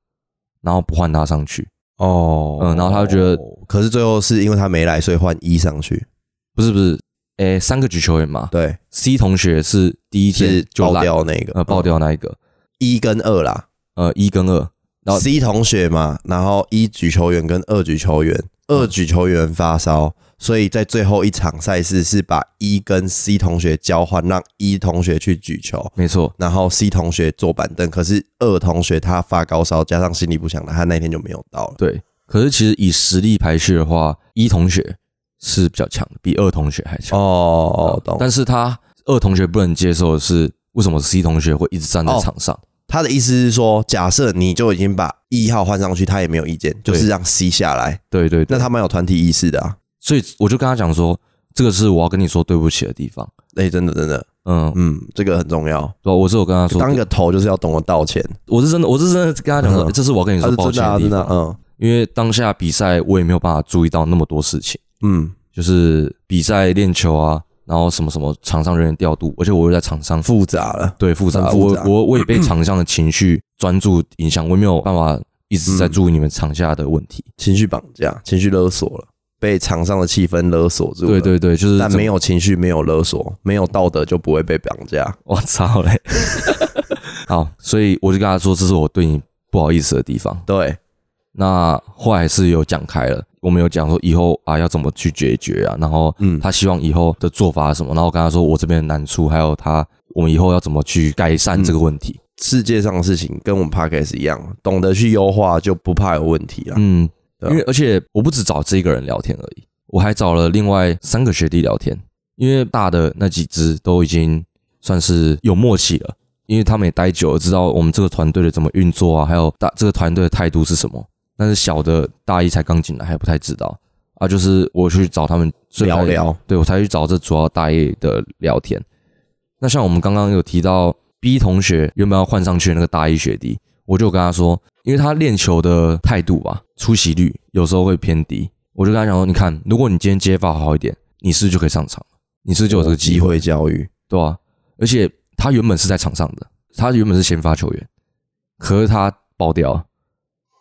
Speaker 2: 然后不换他上去。
Speaker 1: 哦
Speaker 2: 嗯然后他就觉得，
Speaker 1: 可是最后是因为他没来，所以换一上去，
Speaker 2: 不是不是，哎、三个举球员嘛
Speaker 1: 对，
Speaker 2: ，C 同学是第一
Speaker 1: 是
Speaker 2: 天就
Speaker 1: 爆
Speaker 2: 烂，
Speaker 1: 掉那个，嗯
Speaker 2: 呃，爆掉那一个，
Speaker 1: 一跟二啦
Speaker 2: 呃，一跟二，然后
Speaker 1: ，C 同学嘛，然后一举球员跟二举球员，二举球员发烧。所以在最后一场赛事是把一跟 C 同学交换，让一同学去举球，
Speaker 2: 没错，
Speaker 1: 然后 C 同学坐板凳，可是二同学他发高烧，加上心理不详的，他那天就没有到了。
Speaker 2: 对。可是其实以实力排序的话，一同学是比较强的，比二同学还强。啊
Speaker 1: 哦懂。但
Speaker 2: 但是他二同学不能接受的是，为什么 C 同学会一直站在
Speaker 1: 哦
Speaker 2: 场上？
Speaker 1: 他的意思是说，假设你就已经把一号换上去，他也没有意见，就是让 C 下来，
Speaker 2: 对对对
Speaker 1: 那。他蛮有团体意识的啊。
Speaker 2: 所以我就跟他讲说，这个是我要跟你说对不起的地方。
Speaker 1: 哎、真的真的，
Speaker 2: 嗯，
Speaker 1: 嗯，这个很重要。
Speaker 2: 对、啊，我是有跟他说，
Speaker 1: 当一个头就是要懂得道歉，
Speaker 2: 我是真的，我是真的跟他讲说，
Speaker 1: 嗯
Speaker 2: 这是我要跟你
Speaker 1: 他
Speaker 2: 说
Speaker 1: 是
Speaker 2: 抱
Speaker 1: 真
Speaker 2: 歉
Speaker 1: 的、啊、
Speaker 2: 地
Speaker 1: 真的
Speaker 2: 方。
Speaker 1: 啊、嗯
Speaker 2: 因为当下比赛我也没有办法注意到那么多事情，
Speaker 1: 嗯，
Speaker 2: 就是比赛练球啊，然后什么什么场上人员调度，而且我又在场上
Speaker 1: 复杂了。
Speaker 2: 对，复杂。
Speaker 1: 很复杂
Speaker 2: 我我我也被场上的情绪专注影
Speaker 1: 嗯
Speaker 2: 响，我也没有办法一直在注意你们场下的问题。
Speaker 1: 情绪绑架、情绪勒索了，被场上的气氛勒索住了。
Speaker 2: 对对对，就是
Speaker 1: 但
Speaker 2: 怎么
Speaker 1: 没有情绪，没有勒索，没有道德就不会被绑架。
Speaker 2: 我操嘞！ 好，所以我就跟他说，这是我对你不好意思的地方。
Speaker 1: 对，
Speaker 2: 那后来是有讲开了，我们有讲说以后啊要怎么去解决啊，然后
Speaker 1: 嗯
Speaker 2: 他希望以后的做法是什么，然后我跟他说我这边的难处，还有他我们以后要怎么去改善
Speaker 1: 嗯
Speaker 2: 这个问题。
Speaker 1: 世界上的事情跟我们 podcast 一样，懂得去优化就不怕有问题了。
Speaker 2: 嗯，
Speaker 1: 对啊
Speaker 2: 因为而且我不只找这一个人聊天而已，我还找了另外三个学弟聊天，因为大的那几只都已经算是有默契了，因为他们也待久了，知道我们这个团队的怎么运作啊，还有大这个团队的态度是什么。但是小的大一才刚进来，还不太知道啊，就是我去找他们最开
Speaker 1: 聊聊，
Speaker 2: 对我才去找这主要大一的聊天。那像我们刚刚有提到 B 同学原本要换上去的那个大一学弟，我就跟他说，因为他练球的态度吧，出席率有时候会偏低，我就跟他讲说，你看，如果你今天接发好一点，你是不是就可以上场了？你是不是就有这个机
Speaker 1: 机
Speaker 2: 会，
Speaker 1: 会教育，
Speaker 2: 对吧、而且他原本是在场上的，他原本是先发球员，可是他爆掉了，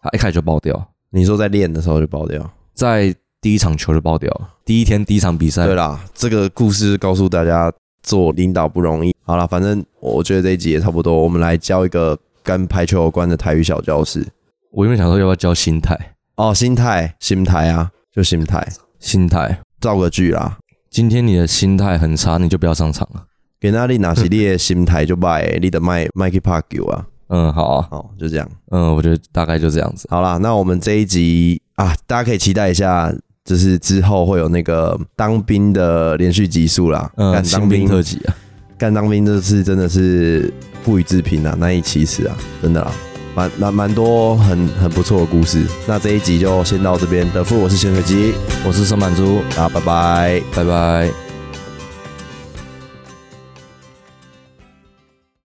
Speaker 2: 他一开始就爆掉，
Speaker 1: 你说在练的时候就爆掉。
Speaker 2: 在第一场球就爆掉了，第一天第一场比赛
Speaker 1: 对，啦，这个故事告诉大家，做领导不容易。好啦，反正我觉得这一集也差不多，我们来教一个跟排球有关的台语小教室。
Speaker 2: 我原本想说要不要教心态。
Speaker 1: 哦，心态，心态啊，就心态，
Speaker 2: 心态。
Speaker 1: 造个句啦。
Speaker 2: 今天你的心态很差，你就不要上场了。
Speaker 1: 给那里哪是你的心态就卖，你的卖卖去拍球啊。
Speaker 2: 嗯，好啊，
Speaker 1: 好，就这样。
Speaker 2: 嗯，我觉得大概就这样子。
Speaker 1: 好啦，那我们这一集啊，大家可以期待一下，就是之后会有那个当兵的连续集数啦。
Speaker 2: 嗯，
Speaker 1: 干
Speaker 2: 新
Speaker 1: 当
Speaker 2: 兵
Speaker 1: 兵
Speaker 2: 特辑啊，
Speaker 1: 干当兵这次真的是不予置评啊，难以启齿啊，真的啦，蛮蛮蛮多很很不错的故事。那这一集就先到这边，德富，我是潜水机，啊
Speaker 2: 我是沈满珠，
Speaker 1: 大家拜拜。
Speaker 2: 拜拜。